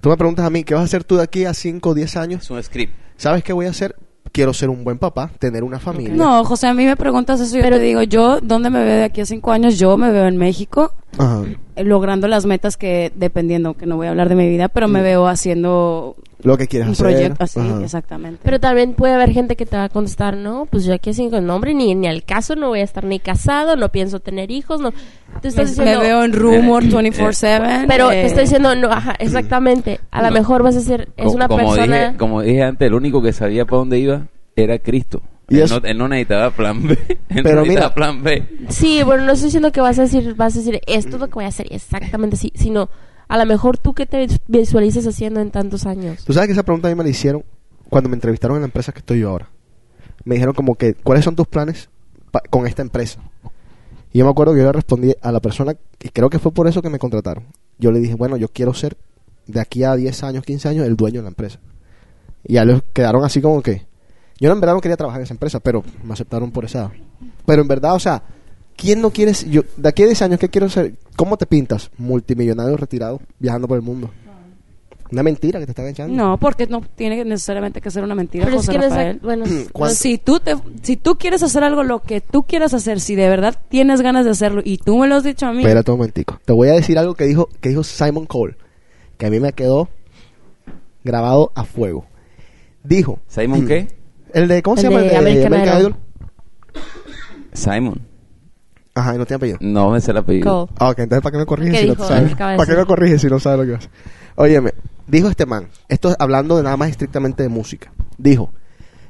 Tú me preguntas a mí, ¿qué vas a hacer tú de aquí a 5 o 10
Es
años?
un script.
¿Sabes qué voy a hacer? Quiero ser un buen papá, tener una familia.
No, José, a mí me preguntas eso y yo te digo, yo, ¿dónde me veo de aquí a cinco años? Yo me veo en México,
Ajá.
eh, logrando las metas que, dependiendo, que no voy a hablar de mi vida, pero me veo haciendo
lo que quieras Mm.
un
hacer.
proyecto así,
Ajá.
exactamente.
Pero también puede haber gente que te va a contestar, no, pues yo aquí sin el nombre, ni, ni al caso, no voy a estar ni casado, no pienso tener hijos, no. Te
Me-
estás diciendo,
me veo en
Eh,
rumor 24/7,
Pero
eh.
te estoy diciendo, no, ajá, exactamente. A lo
No.
mejor vas a ser, es
Co-
una
como
persona.
Dije, como dije antes, el único que sabía para dónde iba era Cristo.
Y
él,
es-
no, él no necesitaba plan B. Él no
Pero
necesitaba
mira-
plan B.
Sí, bueno, no estoy diciendo que vas a decir, vas a decir, esto es lo que voy a hacer exactamente así, sino a lo mejor tú que te visualizas haciendo en tantos años.
Tú sabes que esa pregunta a mí me la hicieron cuando me entrevistaron en la empresa que estoy yo ahora. Me dijeron como que, ¿cuáles son tus planes pa- con esta empresa? Y yo me acuerdo que yo le respondí a la persona, y creo que fue por eso que me contrataron. Yo le dije, bueno, yo quiero ser de aquí a 10 años, 15 años, el dueño de la empresa. Y ya los quedaron así como que... Yo en verdad no quería trabajar en esa empresa, pero me aceptaron por esa... Pero en verdad, o sea, ¿quién no quiere... ser- Yo, de aquí a 10 años, ¿qué quiero ser? ¿Cómo te pintas? Multimillonario retirado, viajando por el mundo. Una mentira que te están echando.
No, porque no tiene necesariamente que ser una mentira,
Pero es
José
que no es-
Rafael.
bueno,
¿Cuánto?
si tú te, si tú quieres hacer algo lo que tú quieras hacer, si de verdad tienes ganas de hacerlo y tú me lo has dicho a mí,
Espérate un momentico. Te voy a decir algo que dijo, que dijo Simon Cole, que a mí me quedó grabado a fuego. Dijo,
¿Simon qué?
el de, ¿cómo se
El
llama?
de American Idol.
Simon.
Ajá, y no tiene apellido.
No me sé el apellido.
Cole.
Ah, ok, entonces ¿para qué me corriges
¿Qué
si no
dijo?
te sabes?
Acaba de
¿Para qué me
decir.
corriges si no sabes lo que vas? Óyeme, dijo este man, esto es hablando de nada más estrictamente de música. Dijo,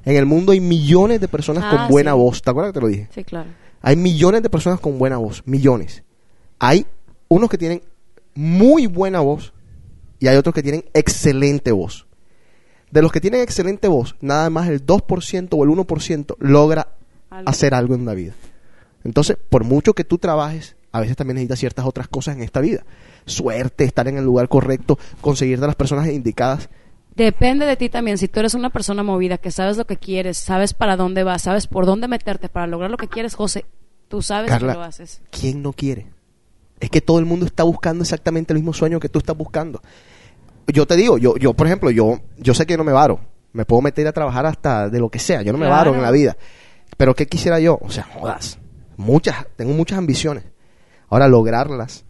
en el mundo hay millones de personas
Ah,
con buena
sí.
voz. ¿Te acuerdas que te lo dije?
sí, claro.
Hay millones de personas con buena voz, millones. Hay unos que tienen muy buena voz y hay otros que tienen excelente voz. De los que tienen excelente voz, nada más el 2% o el 1% logra
Algo.
hacer algo en la vida. Entonces, por mucho que tú trabajes, a veces también necesitas ciertas otras cosas en esta vida. Suerte, estar en el lugar correcto, conseguirte a las personas indicadas.
Depende de ti también. Si tú eres una persona movida, que sabes lo que quieres, sabes para dónde vas, sabes por dónde meterte para lograr lo que quieres, José, Pues tú sabes
Carla,
que lo haces.
¿quién no quiere? Es que todo el mundo está buscando exactamente el mismo sueño que tú estás buscando. Yo te digo, yo, yo por ejemplo, yo, yo sé que no me varo. Me puedo meter a trabajar hasta de lo que sea. Yo no me varo en
Claro.
la vida. Pero ¿qué quisiera yo? O sea, jodas. Muchas, tengo muchas ambiciones. Ahora, lograrlas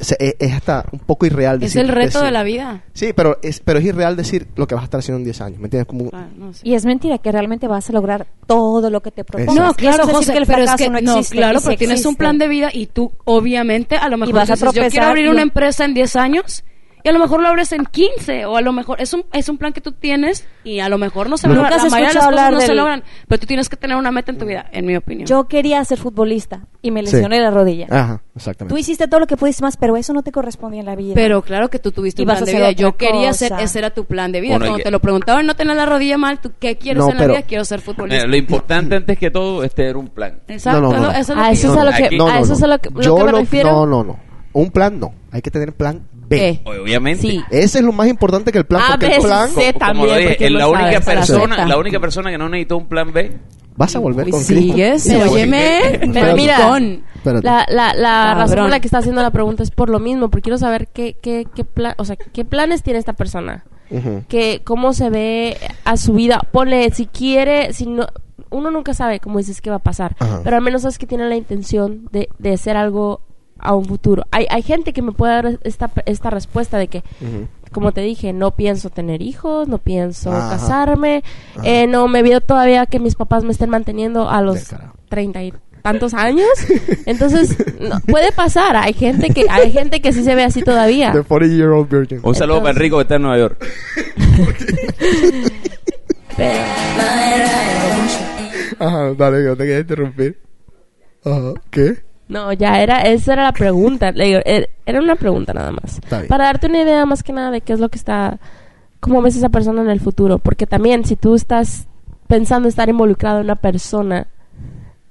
se- es, es hasta un poco irreal.
Es
decir-
el reto
decir-
de la vida.
Sí, pero es, pero es irreal decir lo que vas a estar haciendo en 10 años. ¿Me entiendes? Como,
Claro, Ah, no, sé.
Y es mentira que realmente vas a lograr todo lo que
Eh.
te propongas.
No,
Eso
claro,
es decir
José,
que el
pero es
fracaso
que no,
existe,
claro,
y sí
pero tienes un
existe.
plan de vida y tú obviamente a lo mejor
vas a
dices, yo quiero
tropezar
abrir
y-
una empresa en 10 años y a lo mejor lo abres en 15 o a lo mejor es un es un plan que tú tienes y a lo mejor no se
Lo-
logra,
Nunca has
la mayoría de las
escuchado
cosas
hablar
no se
del-
logran, pero tú tienes que tener una meta en tu vida, en mi opinión.
Yo quería ser futbolista y me
Sí. Ah,
lesioné la rodilla.
Ajá,
Tú
exactamente.
hiciste todo lo que pudiste más, pero eso no te correspondía en la vida.
Pero claro que tú tuviste
Y
un
vas
plan
a
de
hacer
vida.
otra
Yo quería ser,
cosa.
ese era tu plan de vida.
Bueno, hay
Cuando
que-
te lo preguntaban, no tener la rodilla mal, ¿tú qué quieres
No,
en la
pero-
vida? Quiero ser
Mira,
futbolista.
lo importante antes que todo es tener un plan.
Exacto,
No, no, no.
eso es lo
A
que
Ah, eso
yo-
es a lo
Aquí-
que,
No,
a eso es a lo que, lo
Yo
que me
lo-
refiero.
No, no, no. Un plan no. Hay que tener plan B.
¿Qué?
Obviamente.
Sí.
Ese es lo más importante que el plan,
A,
porque
B,
el plan
C
Como
también.
lo dije,
porque
es
no
la única
sabes.
persona,
Z.
la única persona que no necesitó un plan B.
vas a volver con
Sigues,
Cristo. Sí,
óyeme,
güey.
Pero
Espérate,
mira,
con-
espérate.
la, la, la
Cabrón.
razón por la que está haciendo la pregunta es por lo mismo, porque quiero saber qué, qué, qué, pla- o sea, qué planes tiene esta persona.
Ujú.
que cómo se ve a su vida. Ponle, si quiere, si no, uno nunca sabe, como dices, qué va a pasar.
Ajá.
Pero al menos sabes que tiene la intención de, de hacer algo a un futuro. Hay, hay gente que me puede dar esta, esta respuesta de que,
Ujú.
como te dije, no pienso tener hijos, no pienso
Ajá.
casarme, eh, no me veo todavía que mis papás me estén manteniendo a
Del
los
carajo.
treinta y tantos años. Entonces, no, puede pasar. Hay gente que hay gente que sí se ve así todavía.
The 40 year old virgin.
Un saludo para Enrico que está en Nueva York.
Pero-
Ajá, dale, yo te quería interrumpir. Ajá, ¿qué?
No, ya era, esa era la pregunta. Le digo, er- era una pregunta nada más.
Está bien.
Para darte una idea más que nada de qué es lo que está, cómo ves esa persona en el futuro. Porque también si tú estás pensando estar involucrado en una persona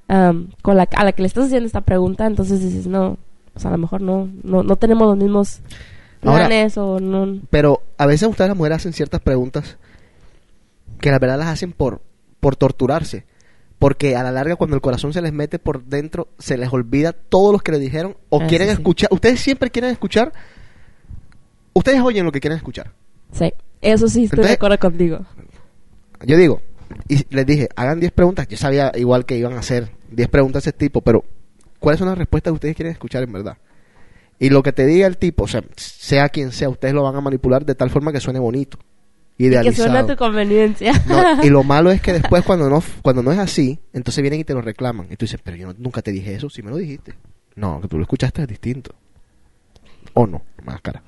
am, con la, a la que le estás haciendo esta pregunta, entonces dices, no, pues a lo mejor no, no, no tenemos los mismos
Ahora-
planes o no.
Pero a veces ustedes las mujeres hacen ciertas preguntas que la verdad las hacen por, por torturarse. Porque a la larga cuando el corazón se les mete por dentro, se les olvida todos los que le dijeron o
Ah,
quieren
sí, sí.
escuchar. Ustedes siempre quieren escuchar. Ustedes oyen lo que quieren escuchar.
Sí, eso sí, estoy
Entonces-
de acuerdo contigo.
Yo digo, y les dije, hagan 10 preguntas. Yo sabía igual que iban a hacer 10 preguntas de ese tipo, pero ¿cuáles son las respuestas que ustedes quieren escuchar en verdad? Y lo que te diga el tipo, o sea, sea quien sea, ustedes lo van a manipular de tal forma que suene bonito.
que
idealizado.
suena a tu conveniencia.
No, y lo malo es que después cuando no, cuando no es así, entonces vienen y te lo reclaman. Y tú dices, pero yo no- nunca te dije eso, si me lo dijiste. No, que tú lo escuchaste es distinto. O no, máscara.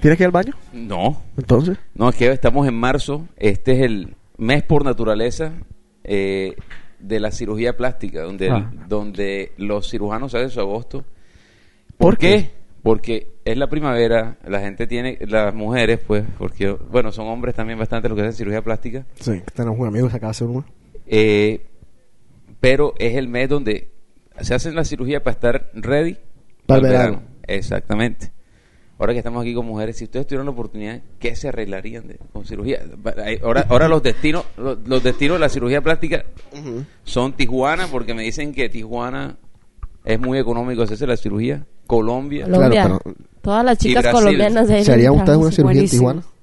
¿Tienes que ir al baño?
No.
Entonces.
No, es que estamos en marzo. Este es el mes por naturaleza eh, de la cirugía plástica, donde,
Ah.
donde los cirujanos salen su agosto.
¿Por qué?
Porque es la primavera, la gente tiene, las mujeres, pues, porque, bueno, son hombres también bastante los que hacen cirugía plástica,
Sí, tenemos un amigo que se acaba de hacer uno.
eh, pero es el mes donde se hacen la cirugía para estar ready
Para el verano.
Exactamente. Ahora que estamos aquí con mujeres, si ustedes tuvieran la oportunidad, ¿qué se arreglarían de- con cirugía? Para- eh, Ahora, ahora los destinos, los, los destinos de la cirugía plástica son Tijuana, porque me dicen que Tijuana es muy económico hacerse la cirugía. Colombia.
Colombia. Todas las
Y
chicas
Brasil.
colombianas de
¿Se harían ustedes una cirugía en Tijuana?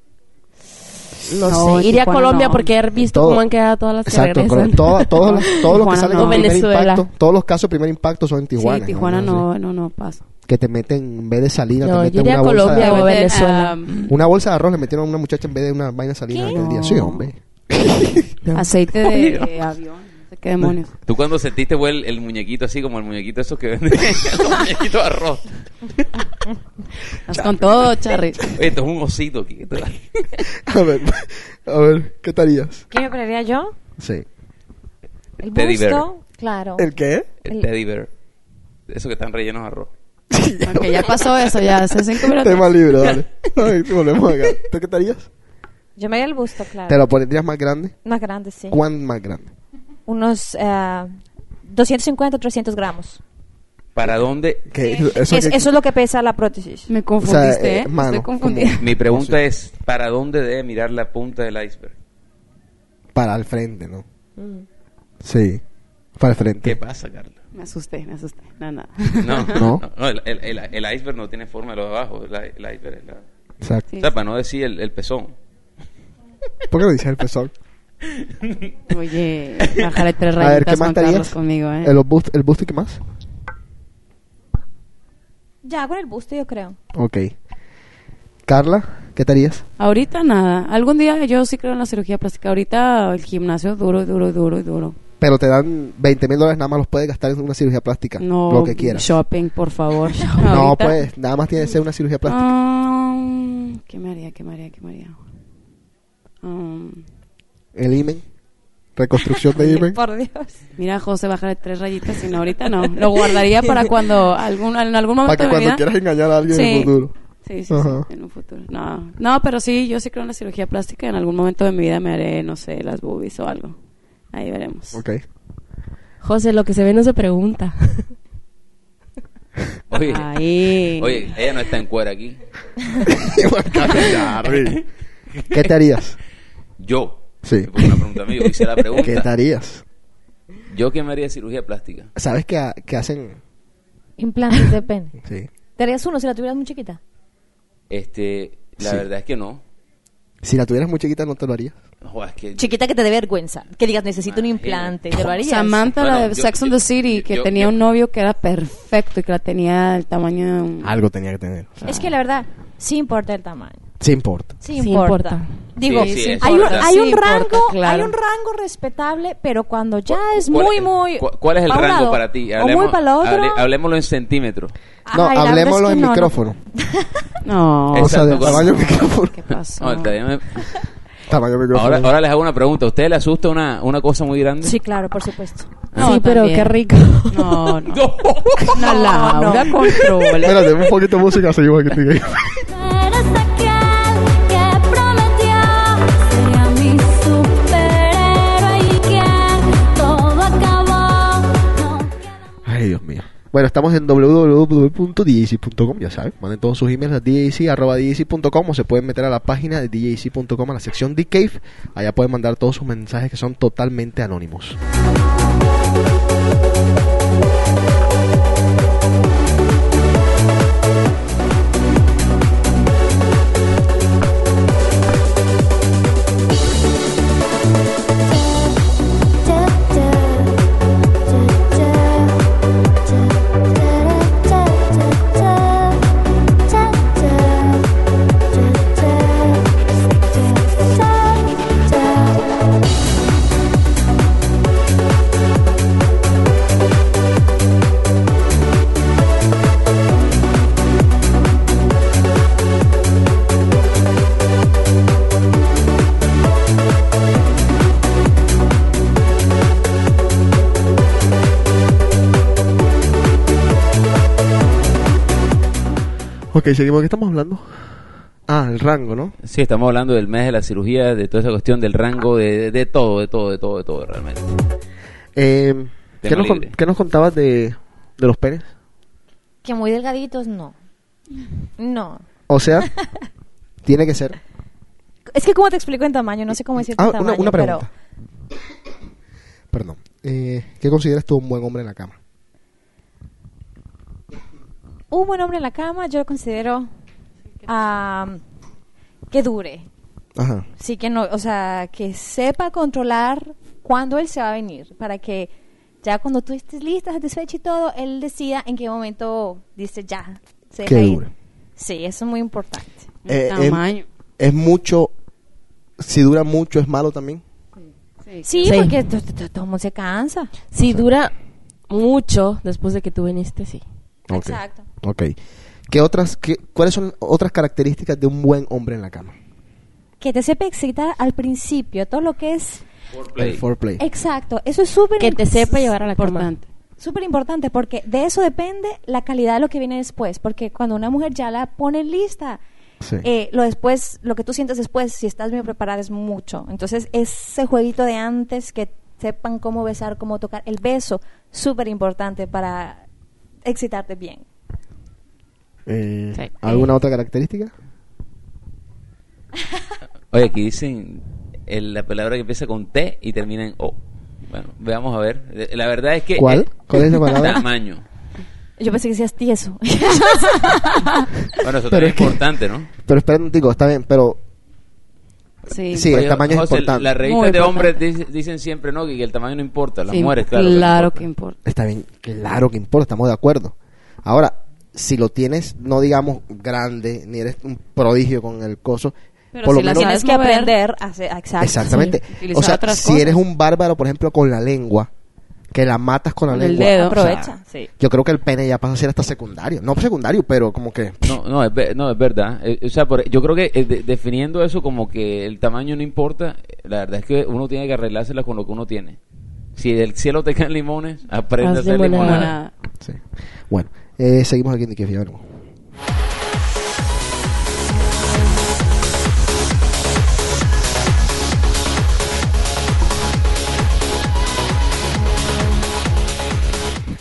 No,
No,
sé, iría a
Tijuana
Colombia
no.
porque he visto
Todo.
cómo han quedado todas las que
Exacto,
regresan.
con- toda- todos los, todos los que
Tijuana
salen
no.
con primer
Venezuela.
impacto, todos los casos de primer impacto son en Tijuana.
sí, Tijuana
Entonces,
no, no, no pasa.
Que te meten, en vez de salina,
No,
te meten
yo
una
iría a
bolsa de
Colombia
arroz.
o Venezuela.
Ah,
Una bolsa de arroz le metieron a una muchacha en vez de una vaina salina aquel día. Sí,
No.
hombre.
aceite de eh, avión, no sé qué demonios.
¿Tú cuando sentiste fue el, el muñequito así, como el muñequito esos que venden? el muñequito de arroz.
Estás con todo, Charry.
Oye, esto es un osito aquí. esto-
A ver, a ver, ¿qué te harías?
¿Qué me compraría yo?
Sí.
El
Teddy bear.
busto, claro.
¿El qué?
El
El-
teddy bear. Eso que están rellenos de arroz.
Ok, ya pasó eso, ya hace cinco minutos.
Tema libre, dale. Ay, volvemos acá. ¿Tú qué te harías?
Yo me haría el busto,
Ah.
claro.
¿Te lo pondrías más grande?
Más grande, sí.
¿Cuán más grande?
Unos eh, 250, 300 gramos.
¿Para dónde?
¿Qué?
Eso es,
qué-
eso es lo que pesa la prótesis.
Me confundiste,
O sea, eh,
¿eh?
mano,
Estoy confundida.
Mi pregunta es, ¿para dónde debe mirar la punta del iceberg?
Para el frente, ¿no?
Mm.
Sí. Para el
¿Qué
frente.
pasa, Carla?
Me asusté, me asusté. No, no.
No,
No.
no. no, el, el- el- el iceberg no tiene forma de los de abajo. El, i- el iceberg es la...
Exacto.
Sí.
O sea, para no decir el, el pezón.
¿Por qué lo dices el pezón?
Oye, bajaré tres
A ver, ¿qué más
rayitas Juan
te
Carlos
harías?
conmigo, ¿eh?
¿El busto, el busto y qué más?
Ya, con el busto yo creo.
Ok. Carla, ¿qué te harías?
Ahorita nada. Algún día yo sí creo en la cirugía plástica. Ahorita el gimnasio duro, duro, duro, duro.
Pero te dan 20 mil dólares, nada más los puedes gastar en una cirugía plástica.
No,
lo que quieras.
shopping, por favor.
No,
Ahorita-
pues, nada más tiene que ser una cirugía plástica.
Ah, ¿Qué me haría? ¿Qué me haría? ¿Qué me haría? Um,
El imen. Reconstrucción de imen.
Por Dios.
mira, José, bajaré tres rayitas, sino ahorita no. Lo guardaría para cuando algún, en algún
Para
momento
que
de mi
cuando
vida-
quieras engañar a alguien en el
Sí.
futuro.
Sí, sí, sí,
Ajá.
en un futuro. No, no, pero sí, yo sí creo en la cirugía plástica. En algún momento de mi vida me haré, no sé, las boobies o algo. Ahí veremos.
Ok.
José, lo que se ve no se pregunta.
Oye,
Ahí.
oye ella no está en cuera aquí.
¿Qué te harías?
Yo.
Sí.
Fue una pregunta mía, yo hice la pregunta.
¿Qué te harías?
¿Yo qué me haría cirugía plástica?
¿Sabes que, ha- que hacen?
Implantes de pene.
Sí.
¿Te harías uno si la tuvieras muy chiquita?
Este, la
Sí.
verdad es que no.
Si la tuvieras muy chiquita, no te lo harías.
No, es que
Chiquita que te dé vergüenza. Que digas, necesito un
Imagínate.
implante. ¿Te lo harías?
Samantha, la
Bueno,
de
yo-
Sex and
yo-
the City, que
yo-
tenía
yo-
un novio que era perfecto y que la tenía el tamaño de un...
Ah.
Algo tenía que tener.
Es que la verdad, sí importa el tamaño.
Sí importa.
Sí
Sí
importa.
importa.
Digo,
Sí, sí,
hay, un,
importa.
hay un
Sí importa,
rango, hay
claro.
un rango respetable, pero cuando ya
¿Cuál-
es
cuál-
muy, muy...
cu- ¿Cuál es el
pa' un
rango
lado
para ti?
o muy para el otro.
hable- hablémoslo en centímetros.
No,
Ay, la verdad
hablemoslo
es que
en
no, no.
micrófono.
No,
O sea,
Exacto,
del
con-
tamaño micrófono.
¿qué pasó?
No, el tamaño-
Tamaño micrófono.
ahora, ahora les hago una pregunta. ¿A ustedes les asusta una, una cosa muy grande?
Sí, claro, por supuesto.
No,
Ah,
sí, pero
también.
qué rico.
No, no.
No.
No, Laura, controla.
Espérate, un poquito de música, seguimos aquí.
Eres aquel que prometió sería mi superhéroe y que todo acabó. No queda
Ay, Dios mío. Bueno, estamos en www.djc.com, ya saben. Manden todos sus emails a djc.com o se pueden meter a la página de djc.com a la sección The Cave. Allá pueden mandar todos sus mensajes que son totalmente anónimos. Ok, seguimos. ¿Qué estamos hablando? Ah, el rango, ¿no?
Sí, estamos hablando del mes de la cirugía, de toda esa cuestión, del rango, de, de- de todo, de todo, de todo, de todo, realmente.
Eh, ¿qué,
Tema
nos, con-
libre.
qué nos contabas de, de los penes?
Que muy delgaditos, no. No.
O sea, tiene que ser.
Es que como te explico en tamaño, no sé cómo decirte
Ah,
en
una-
tamaño,
una
pero
pregunta. Perdón. Eh, ¿Qué consideras tú un buen hombre en la cama?
un buen hombre en la cama yo lo considero am, que dure.
Ajá.
Sí que no, o sea, que sepa controlar cuándo él se va a venir para que ya cuando tú estés lista, satisfecha y todo, él decida en qué momento dice ya, se
Que
deja ir.
dure.
Sí, eso es muy importante.
Eh, es-
Tamaño.
Es, mucho. Si dura mucho, es malo también.
Sí,
Sí.
porque t- t- t- todo el mundo se cansa.
Si dura mucho después de que tú viniste, sí.
Ok.
Exacto.
Ok. ¿Qué otras, qué, ¿Cuáles son otras características de un buen hombre en la cama?
Que te sepa excitar al principio, todo lo que es
El foreplay.
Eh, Exacto, eso es súper
Que te sepa llevar a la cama.
Importante.
súper importante porque de eso depende la calidad de lo que viene después, porque cuando una mujer ya la pone lista,
Sí.
eh, lo después, lo que tú sientes después, si estás bien preparada es mucho. Entonces ese jueguito de antes que sepan cómo besar, cómo tocar, el beso súper importante para excitarte bien.
Eh,
Sí.
¿Alguna otra característica?
Oye, aquí dicen el- la palabra que empieza con T y termina en O. Bueno, veamos a ver. De- La verdad es que...
¿Cuál? ¿Cuál es la palabra?
Tamaño.
Yo pensé que decías tieso.
Bueno, eso
Pero
también
es
es
que-
importante, ¿no?
Pero espera un tico, está bien, pero
Sí.
sí, el
Oye,
tamaño
José,
es importante.
Las
Muy
revistas de
importante.
hombres dice- dicen siempre, ¿no? Que el tamaño no importa. Las
Sí,
mujeres, claro. que
Claro
importa.
que importa.
Está bien, claro que importa, estamos de acuerdo. Ahora, si lo tienes, no digamos grande, ni eres un prodigio con el coso,
Pero
por
si
lo
la
menos...
sabes
Tienes que
mover.
aprender a hacer. Exacto.
Exactamente.
sí,
o
utilizar
sea,
otras
si
cosas.
eres un bárbaro, por ejemplo, con la lengua, que la matas con la
Con el
lengua.
dedo.
o sea,
Aprovecha, sí.
Yo creo que el pene ya pasa a ser hasta secundario. No secundario, pero como que...
No, no, es, ve- no, es verdad. Eh, o sea, por- yo creo que eh, de- definiendo eso como que el tamaño no importa, eh, la verdad es que uno tiene que arreglársela con lo que uno tiene. Si del cielo te caen limones, aprende
Haz
a hacer
limonada.
limonada.
Sí. Bueno, eh, seguimos aquí en Dique Fiebre.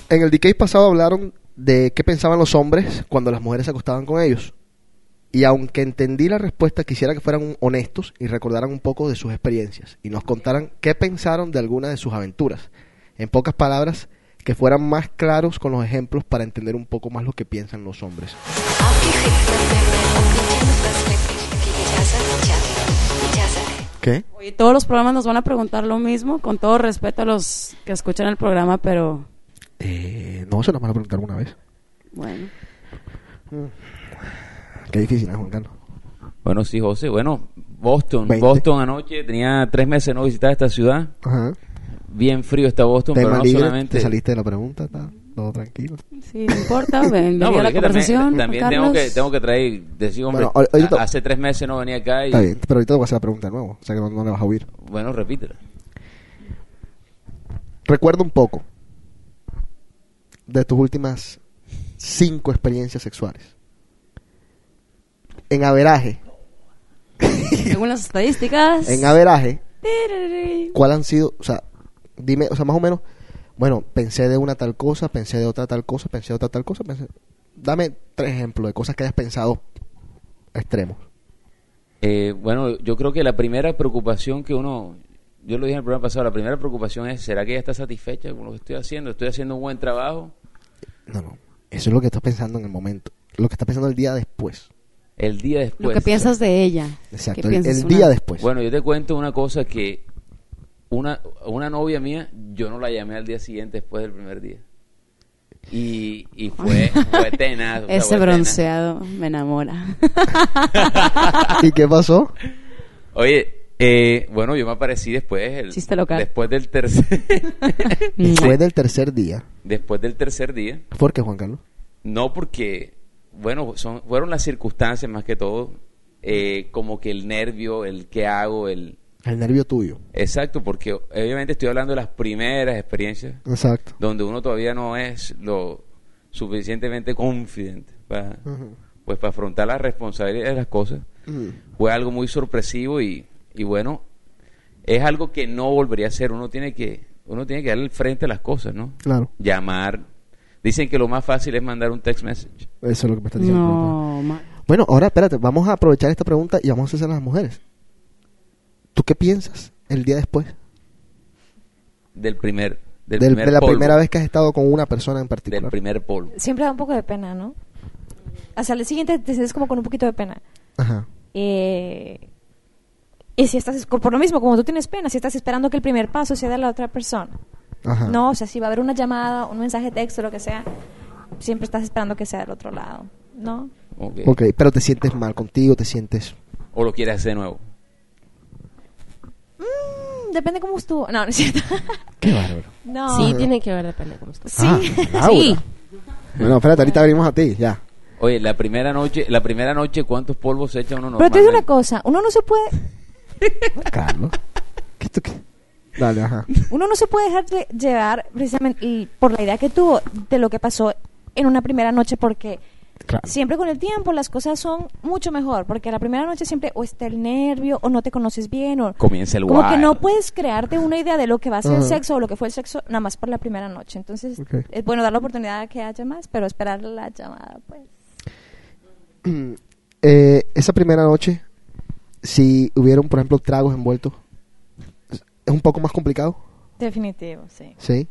En el Decay pasado hablaron de qué pensaban los hombres cuando las mujeres se acostaban con ellos. Y aunque entendí la respuesta, quisiera que fueran honestos y recordaran un poco de sus experiencias y nos contaran qué pensaron de alguna de sus aventuras. En pocas palabras, que fueran más claros con los ejemplos para entender un poco más lo que piensan los hombres. ¿Qué?
Oye, todos los programas nos van a preguntar lo mismo, con todo respeto a los que escuchan el programa, pero
Eh, no, se nos van a preguntar una vez.
bueno.
Qué difícil, ¿eh, Juan Carlos?
Bueno, sí, José. Bueno, Boston.
Veinte.
Boston anoche tenía tres meses de no visitar esta ciudad.
Ajá.
Bien frío está Boston, pero
Tema
no
libre, te
solamente.
saliste de la pregunta, está todo tranquilo.
Sí, no importa, ven,
No, porque es
venía la
que también-
conversación.
también,
Juan
tengo, que,
Carlos.
tengo que traer, decir, hombre,
Bueno, ahorita-
a- hace tres meses no venía acá y,
Está bien, pero ahorita te voy a hacer la pregunta de nuevo, o sea que no, no le vas a huir.
bueno, repítela.
Recuerda un poco de tus últimas cinco experiencias sexuales. En averaje,
Según las estadísticas.
en averaje,
Tiriri.
¿cuál han sido? O sea, dime, o sea, más o menos, bueno, pensé de una tal cosa, pensé de otra tal cosa, pensé de otra tal cosa, pensé... Dame tres ejemplos de cosas que hayas pensado extremos.
Eh, bueno, yo creo que la primera preocupación que uno, yo lo dije en el programa pasado, la primera preocupación es, ¿será que ella está satisfecha con lo que estoy haciendo? ¿Estoy haciendo un buen trabajo?
No, no, eso es lo que estás pensando en el momento, lo que estás pensando el día después.
El día después.
Lo que piensas de ella.
pues, Exacto,
¿Qué
el,
piensas
el
una-
día después.
Bueno, yo te cuento una cosa que una, una novia mía, yo no la llamé al día siguiente después del primer día. Y, y fue, fue tenaz. o sea,
Ese
fue tenaz.
bronceado me enamora.
¿Y qué pasó?
Oye, eh, bueno, yo me aparecí después. El,
Chiste local.
Después del tercer...
Después del tercer día,
después del tercer día.
¿por qué, Juan Carlos?
No porque, bueno, son, fueron las circunstancias más que todo. eh, como que el nervio, el qué hago, el...
El nervio tuyo.
Exacto, porque obviamente estoy hablando de las primeras experiencias
Exacto.
donde uno todavía no es lo suficientemente confidente para
Ujú.
pues para afrontar la responsabilidad de las cosas, fue algo muy sorpresivo y, y bueno, es algo que no volvería a hacer. Uno tiene que, uno tiene que darle el frente a las cosas, ¿no?
Claro.
Llamar. Dicen que lo más fácil es mandar un text message.
Eso es lo que me está diciendo.
No, ma-
Bueno, ahora espérate, vamos a aprovechar esta pregunta y vamos a hacer a las mujeres. ¿Tú qué piensas el día después
Del primer, del
del-
primer
de la
polvo,
primera vez que has estado con una persona en
Del
particular?
primer polvo.
Siempre da un poco de pena, ¿no? Hasta el siguiente te sientes como con un poquito de pena.
Ajá.
Eh, y si estás, por lo mismo, como tú tienes pena, si estás esperando que el primer paso sea de la otra persona.
Ajá.
No, o sea, si va a haber una llamada, un mensaje de texto, lo que sea, siempre estás esperando que sea del otro lado, ¿no?
Ok.
Ok, pero te sientes mal contigo, te sientes.
O lo quieres hacer de nuevo.
Mm, depende cómo estuvo. No, no es cierto.
Qué bárbaro.
no.
Sí, tiene que ver, depende cómo estás.
Sí.
Ah, Laura.
Sí.
Bueno, espérate, ahorita abrimos a ti, ya.
Oye, la primera noche, la primera noche, ¿cuántos polvos se echa uno
Pero
normalmente?
te digo una cosa, uno no se puede,
Carlos. ¿Qué tú qué? Dale, ajá.
uno no se puede dejar de llevar precisamente y por la idea que tuvo de lo que pasó en una primera noche porque
Claro.
siempre con el tiempo las cosas son mucho mejor porque la primera noche siempre o está el nervio o no te conoces bien o
Comienza el
como que
wild.
no puedes crearte una idea de lo que va a ser el
Ajá.
sexo o lo que fue el sexo nada más por la primera noche entonces
Ok.
es bueno dar la oportunidad a que haya más pero esperar la llamada pues
Eh, esa primera noche, si hubieron, por ejemplo, tragos envueltos, es un poco más complicado,
definitivo sí
¿sí?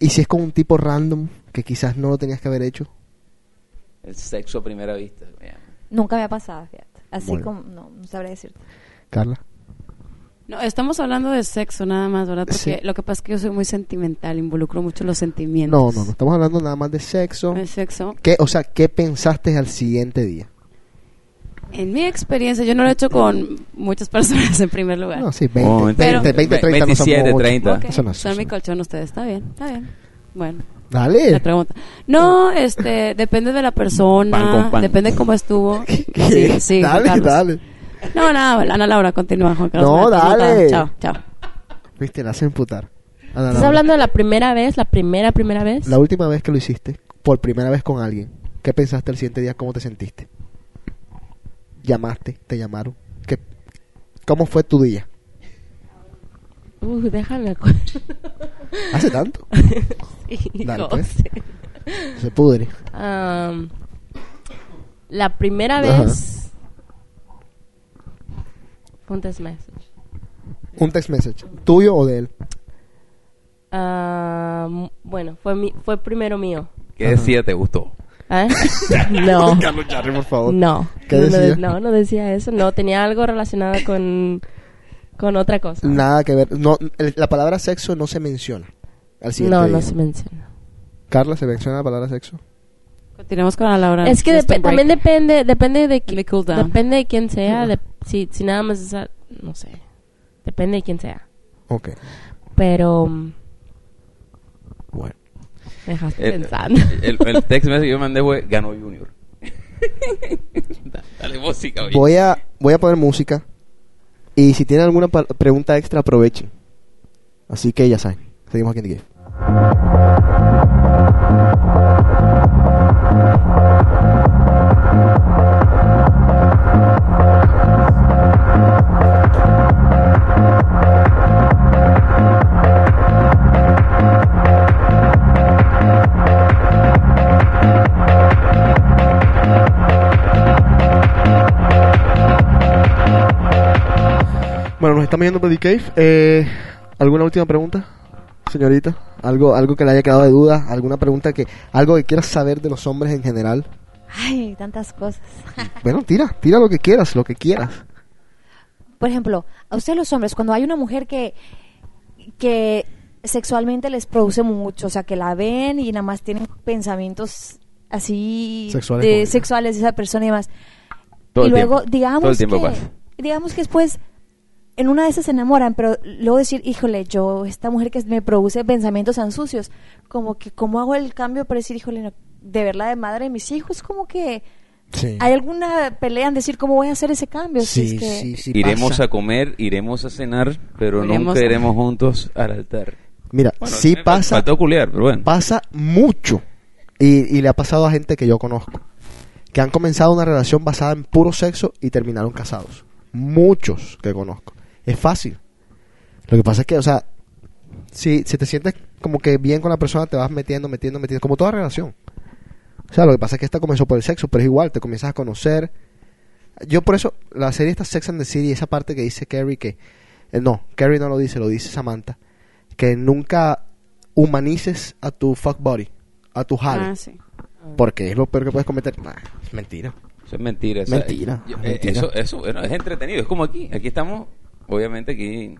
Y si es con un tipo random que quizás no lo tenías que haber hecho.
El sexo a primera vista. mira.
nunca me ha pasado fíjate así
Bueno.
como no, no sabría decirte
Carla.
No, estamos hablando de sexo nada más, ¿verdad? Porque
Sí.
lo que pasa es que yo soy muy sentimental, involucro mucho los
No,
sentimientos.
no, no. Estamos hablando nada más de sexo.
El sexo.
¿Qué, o sea, ¿qué pensaste al siguiente día?
En mi experiencia, yo no lo he hecho con muchas personas en primer lugar.
No, sí, 20,
Un momento.
20, 20, 30. no son
27,
mucho.
30.
Ok,
Eso no es-
son
eso
mi
no.
colchón ustedes, está bien, está bien. Bueno, la
Dale.
pregunta. No, este, depende de la persona,
Pan con pan.
depende cómo estuvo.
¿Qué?
Sí, sí, Juan
dale,
Carlos.
dale.
No, nada, Ana Laura, continúa, Juan Carlos.
No,
Nada,
dale.
nada, Chao, chao.
Viste, la hacen putar. Ana
¿Estás
Laura,
hablando de la primera vez? ¿La primera, primera vez?
La última vez que lo hiciste, por primera vez con alguien, ¿qué pensaste al siguiente día? ¿Cómo te sentiste? ¿Llamaste? ¿Te llamaron? ¿Qué, ¿Cómo fue tu día?
Uh, déjame acuerdo.
¿Hace tanto?
Sí,
Dale,
no
pues.
sé.
Se pudre.
Am, la primera
Ajá.
vez. Un text message.
Un text message. ¿Tuyo o de él?
Am, bueno, fue, mi, fue primero mío.
¿Qué decía? ¿Te gustó?
¿Eh? No.
Carlos Charri, por favor.
No.
¿Qué
no, no,
decía?
No, no decía eso. No, tenía algo relacionado con, con otra cosa.
Nada que ver. No, el- la palabra sexo no se menciona al siguiente
no,
día.
no se menciona.
Carla, ¿se menciona la palabra sexo?
Continuamos con Ana Laura.
Es que
Just a
depe-
break.
también depende, depende de qui-
Le cool down.
depende de quién sea,
Ajá.
de- si, si nada más esa- no sé, depende de quién sea.
Ok.
Pero mm,
Bueno.
me dejaste
El,
pensando.
el, el text message que yo mandé fue, ganó Junior. Dale música, oye.
Voy a, voy a poner música. Y si tienen alguna pa- pregunta extra, aprovechen. Así que ya saben. Seguimos aquí en The Game. Bueno, nos estamos yendo por The Cave. Eh, ¿Alguna última pregunta, señorita? ¿Algo, algo que le haya quedado de duda? ¿Alguna pregunta que... Algo que quieras saber de los hombres en general?
ay tantas cosas
Bueno, tira, tira lo que quieras, lo que quieras.
Por ejemplo, a ustedes los hombres, cuando hay una mujer que, que sexualmente les produce mucho, o sea, que la ven y nada más tienen pensamientos así
Sexuales con
de,
ella.
sexuales de esa persona y demás.
Todo
y
el
luego,
tiempo.
digamos
Todo el tiempo
que,
pasa.
digamos que después en una de esas se enamoran, pero luego decir, híjole, yo, esta mujer que me produce pensamientos tan sucios, como que, ¿cómo hago el cambio para decir, híjole, no, de verla de madre de mis hijos? Como que,
Sí.
¿hay alguna pelea en decir cómo voy a hacer ese cambio? Si
Sí,
es que-
sí, sí.
iremos
pasa.
a comer, iremos a cenar, pero
Iremos
nunca
a-
iremos juntos al altar.
Mira, sí
me fal-
pasa,
Faltó culiar, pero bueno.
pasa mucho. Y, y le ha pasado a gente que yo conozco. que han comenzado una relación basada en puro sexo y terminaron casados. Muchos que conozco. Es fácil. Lo que pasa es que, o sea, si, si te sientes como que bien con la persona, te vas metiendo, metiendo, metiendo, como toda relación. O sea, lo que pasa es que esta comenzó por el sexo, pero es igual, te comienzas a conocer. Yo por eso, la serie está Sex and the City, esa parte que dice Carrie que... eh, no, Carrie no lo dice, lo dice Samantha. Que nunca humanices a tu fuck body, a tu jale.
Ah, sí.
Porque es lo peor que puedes cometer. Nah, es mentira.
Eso es mentira. o sea,
Mentira,
yo- eh,
mentira.
Eso, eso, bueno, es entretenido. Es como aquí. Aquí estamos, obviamente, aquí.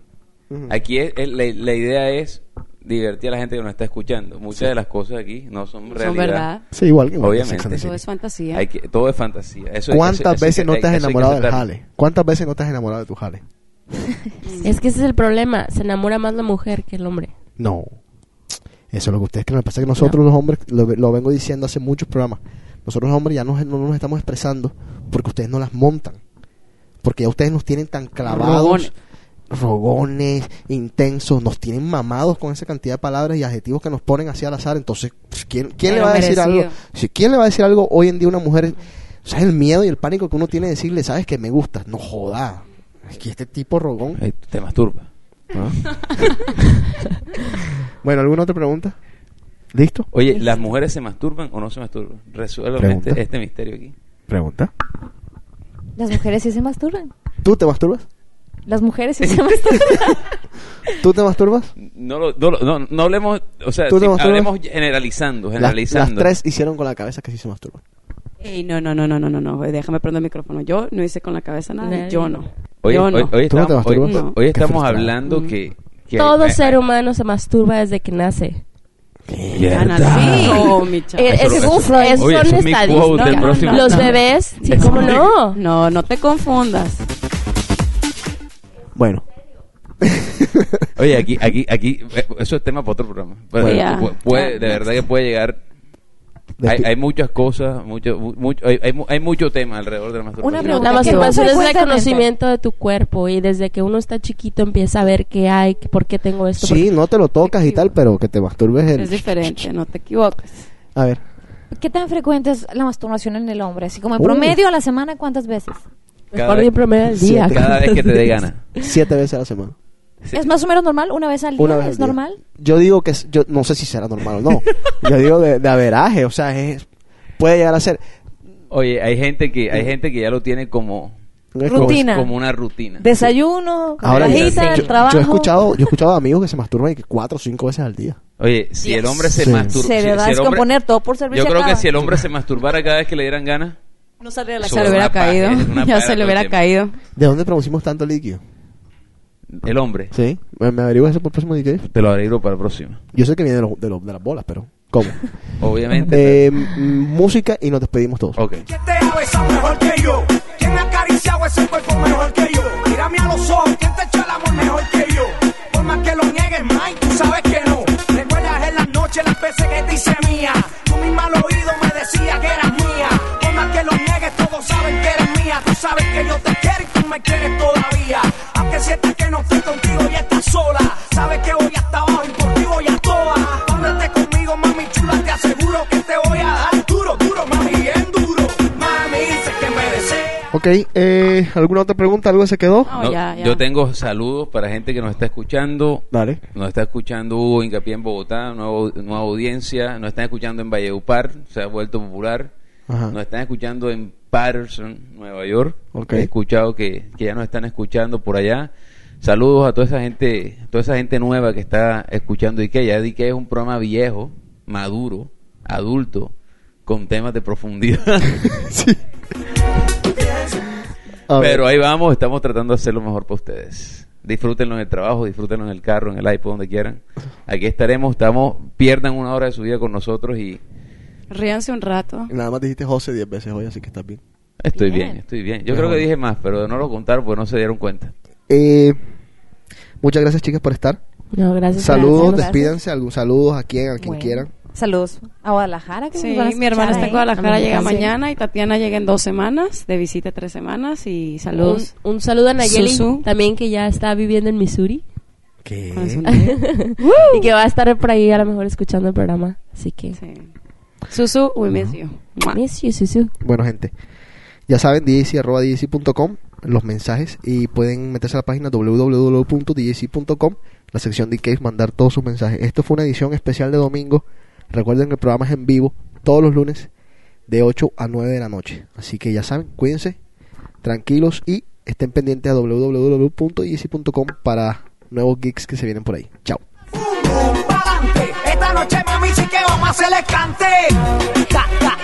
Aquí es- es- la, la idea es divertir a la gente que nos está escuchando. Muchas de las cosas aquí no son realidad.
verdad.
Sí, igual que Sex and
Obviamente.
the City.
Todo es fantasía.
Hay que- todo es fantasía. Eso- eso-
¿Cuántas
eso hay
veces
que-
no te has
eso hay que
enamorado del
aceptarlo.
jale? ¿Cuántas veces no te has enamorado de tu jale?
Es que ese es el problema. Se enamora más la mujer que el hombre.
No. Eso es lo que ustedes creen. Lo que pasa es que nosotros los hombres, lo, lo vengo diciendo hace muchos programas, nosotros los hombres ya nos- no nos estamos expresando porque ustedes no las montan. Porque ya ustedes nos tienen tan clavados, rogones. intensos, nos tienen mamados con esa cantidad de palabras y adjetivos que nos ponen así al azar. Entonces, pues, ¿quién, quién le
Pero
va a decir
merecido.
algo? Si, ¿Quién le va a decir algo hoy en día a una mujer? O sea, el miedo y el pánico que uno tiene de decirle, ¿sabes que me gusta? No joda. Es que este tipo rogón.
Eh, Te masturba.
Bueno, ¿alguna otra pregunta? ¿Listo?
Oye, ¿las mujeres se masturban o no se masturban? Resuelvan
Pregunta.
este, este misterio aquí.
Pregunta.
Las mujeres sí se masturban.
¿Tú te masturbas?
Las mujeres sí se masturban.
¿Tú te masturbas?
No, lo- no, lo- no, no hablemos, o sea,
¿Tú te
sí,
masturbas?
hablemos generalizando,
Las, las
generalizando.
tres hicieron con la cabeza que sí se masturban.
Ey, no, no, no, no, no, no, no. Déjame prender el micrófono. Yo no hice con la cabeza nada.
Nadie.
Yo no.
Oye,
Yo no.
hoy, hoy
¿Tú no te
estamos, hoy-
masturbas?
hoy
Qué
estamos
frustrado.
hablando que, que-
Todo
eh,
ser humano se masturba desde que nace.
Ya nací. Oh, mi chavo.
Eh,
Eso
es-
lo-
uf, es-
Oye,
son
eso es mi quote
estadísticas.
del próximo.
Los
No, no, no.
bebés, sí,
Eso
¿cómo
es-
no?
No, no te confundas.
Bueno.
Oye, aquí, aquí, aquí, eh, eso es tema para otro programa. Pero
Bueno. Ya.
pu- puede- de verdad que puede llegar. Hay,
Despi-
hay muchas cosas, mucho, mu- mucho, hay, hay mu- hay mucho tema alrededor de la masturbación.
Una
La
pregunta. ¿Qué pasa
masturbación es el
frecuentemente?
conocimiento de tu cuerpo y desde que uno está chiquito empieza a ver qué hay, que- por qué tengo esto. por
Sí,
qué-
no te lo tocas y tal, pero que te masturbes el-
Es diferente, no te equivoques.
A ver.
¿Qué tan frecuente es la masturbación en el hombre? Así como el
Uh.
promedio a la semana, ¿cuántas veces?
Cada
por
vez-
el promedio del
Siete.
día.
cada vez que te dé gana.
Siete veces a la semana.
¿Es más o menos normal? ¿Una vez al día?
Una vez. al
¿Es
día.
normal?
Yo digo que es- yo no sé si será normal o no. yo digo de, de averaje, o sea, es, puede llegar a ser
Oye, hay gente que hay gente que ya lo tiene como
es como-
Rutina.
como una rutina.
Desayuno,
Ahora yo,
bajita,
yo-
el trabajo.
yo he escuchado, yo he escuchado de amigos que se masturban y que cuatro o cinco veces al día.
Oye, si el hombre se
Sí.
masturba,
Se
si,
le va
si el
a
hombre-
descomponer todo por servirse
Yo creo
acaba.
que si el hombre se masturbara cada vez que le dieran ganas,
No saldría de la
Eso
Se le
es
hubiera
una paja,
caído.
es una
Ya
paja
se
todo
le
el
hubiera
tiempo.
caído.
¿De dónde producimos tanto líquido?
el hombre
Sí, me, me averiguas eso por el próximo día.
te lo alegro para el próximo.
Yo sé que viene de, los- de los- de las bolas, pero ¿cómo?
Obviamente.
Eh, mm, música y nos despedimos todos.
Ok.
¿Quién te ha besado mejor que yo? ¿Quién ha acariciado ese cuerpo mejor que yo? Mírame a los ojos, ¿quién te echa el amor mejor que yo? Por más que lo niegues, Mike, tú sabes que no. Recuerdas en las noches las veces que te hice mía. Tú misma al oído me decías que eras mía. Por más que lo niegues, todos saben que eres mía. Tú sabes que yo te quiero y tú me quieres todavía. Aunque sientas que no estoy contigo y estás sola. Sabes que voy hasta abajo y por ti voy a toa. Ándate conmigo, mami chula, te aseguro que te voy a dar duro, duro, mami, bien duro. Mami, sé que me deseas.
Ok, eh, ¿alguna otra pregunta? ¿Algo se quedó?
No,
No,
ya, ya.
Yo tengo saludos para gente que nos está escuchando.
Dale.
Nos está escuchando Hugo Hincapié en Bogotá, nuevo- nueva audiencia. Nos están escuchando en Valledupar, se ha vuelto popular.
Ajá.
Nos están escuchando en Patterson, Nueva York.
Ok.
He escuchado que, que ya nos están escuchando por allá. Saludos a toda esa gente, toda esa gente nueva que está escuchando y que ya di que es un programa viejo, maduro, adulto, con temas de profundidad.
A ver.
Pero ahí vamos, estamos tratando de hacer lo mejor para ustedes. Disfrútenlo en el trabajo, disfrútenlo en el carro, en el iPod, donde quieran. Aquí estaremos, estamos, pierdan una hora de su vida con nosotros y
Ríanse un rato.
Nada más dijiste José 10 veces hoy, así que estás bien.
estoy bien,
Bien.
estoy bien. Yo creo que dije más, pero no lo contaron porque no se dieron cuenta.
Eh, muchas gracias, chicas, por estar.
No, gracias.
saludos,
gracias.
despídanse. Algún, saludos a quien, a quien
Bueno.
quieran.
Saludos. A Guadalajara. que
Sí,
nos van a
mi hermana está
escuchar
en Guadalajara,
Amén.
llega
Sí.
mañana y Tatiana llega en dos semanas, de visita tres semanas y
Un,
saludos.
un saludo a Nayeli,
Susu.
también que ya está viviendo en Missouri
¿Qué?
Con su-
Ah,
y que va a estar por ahí a lo mejor escuchando el programa. Así que
Sí. Susu, we miss you. Mua.
Miss you, Susu.
Bueno, gente, ya saben, DJC, arroba DJC.com, los mensajes, y pueden meterse a la página www.djc.com, la sección de case, mandar todos sus mensajes. Esto fue una edición especial de domingo. Recuerden que el programa es en vivo todos los lunes de 8 a 9 de la noche. Así que ya saben, cuídense, tranquilos y estén pendientes a www.djc.com para nuevos gigs que se vienen por ahí. Chao.
pa'lante. Esta noche mami sí que vamos a hacer el cante. Ta, ta,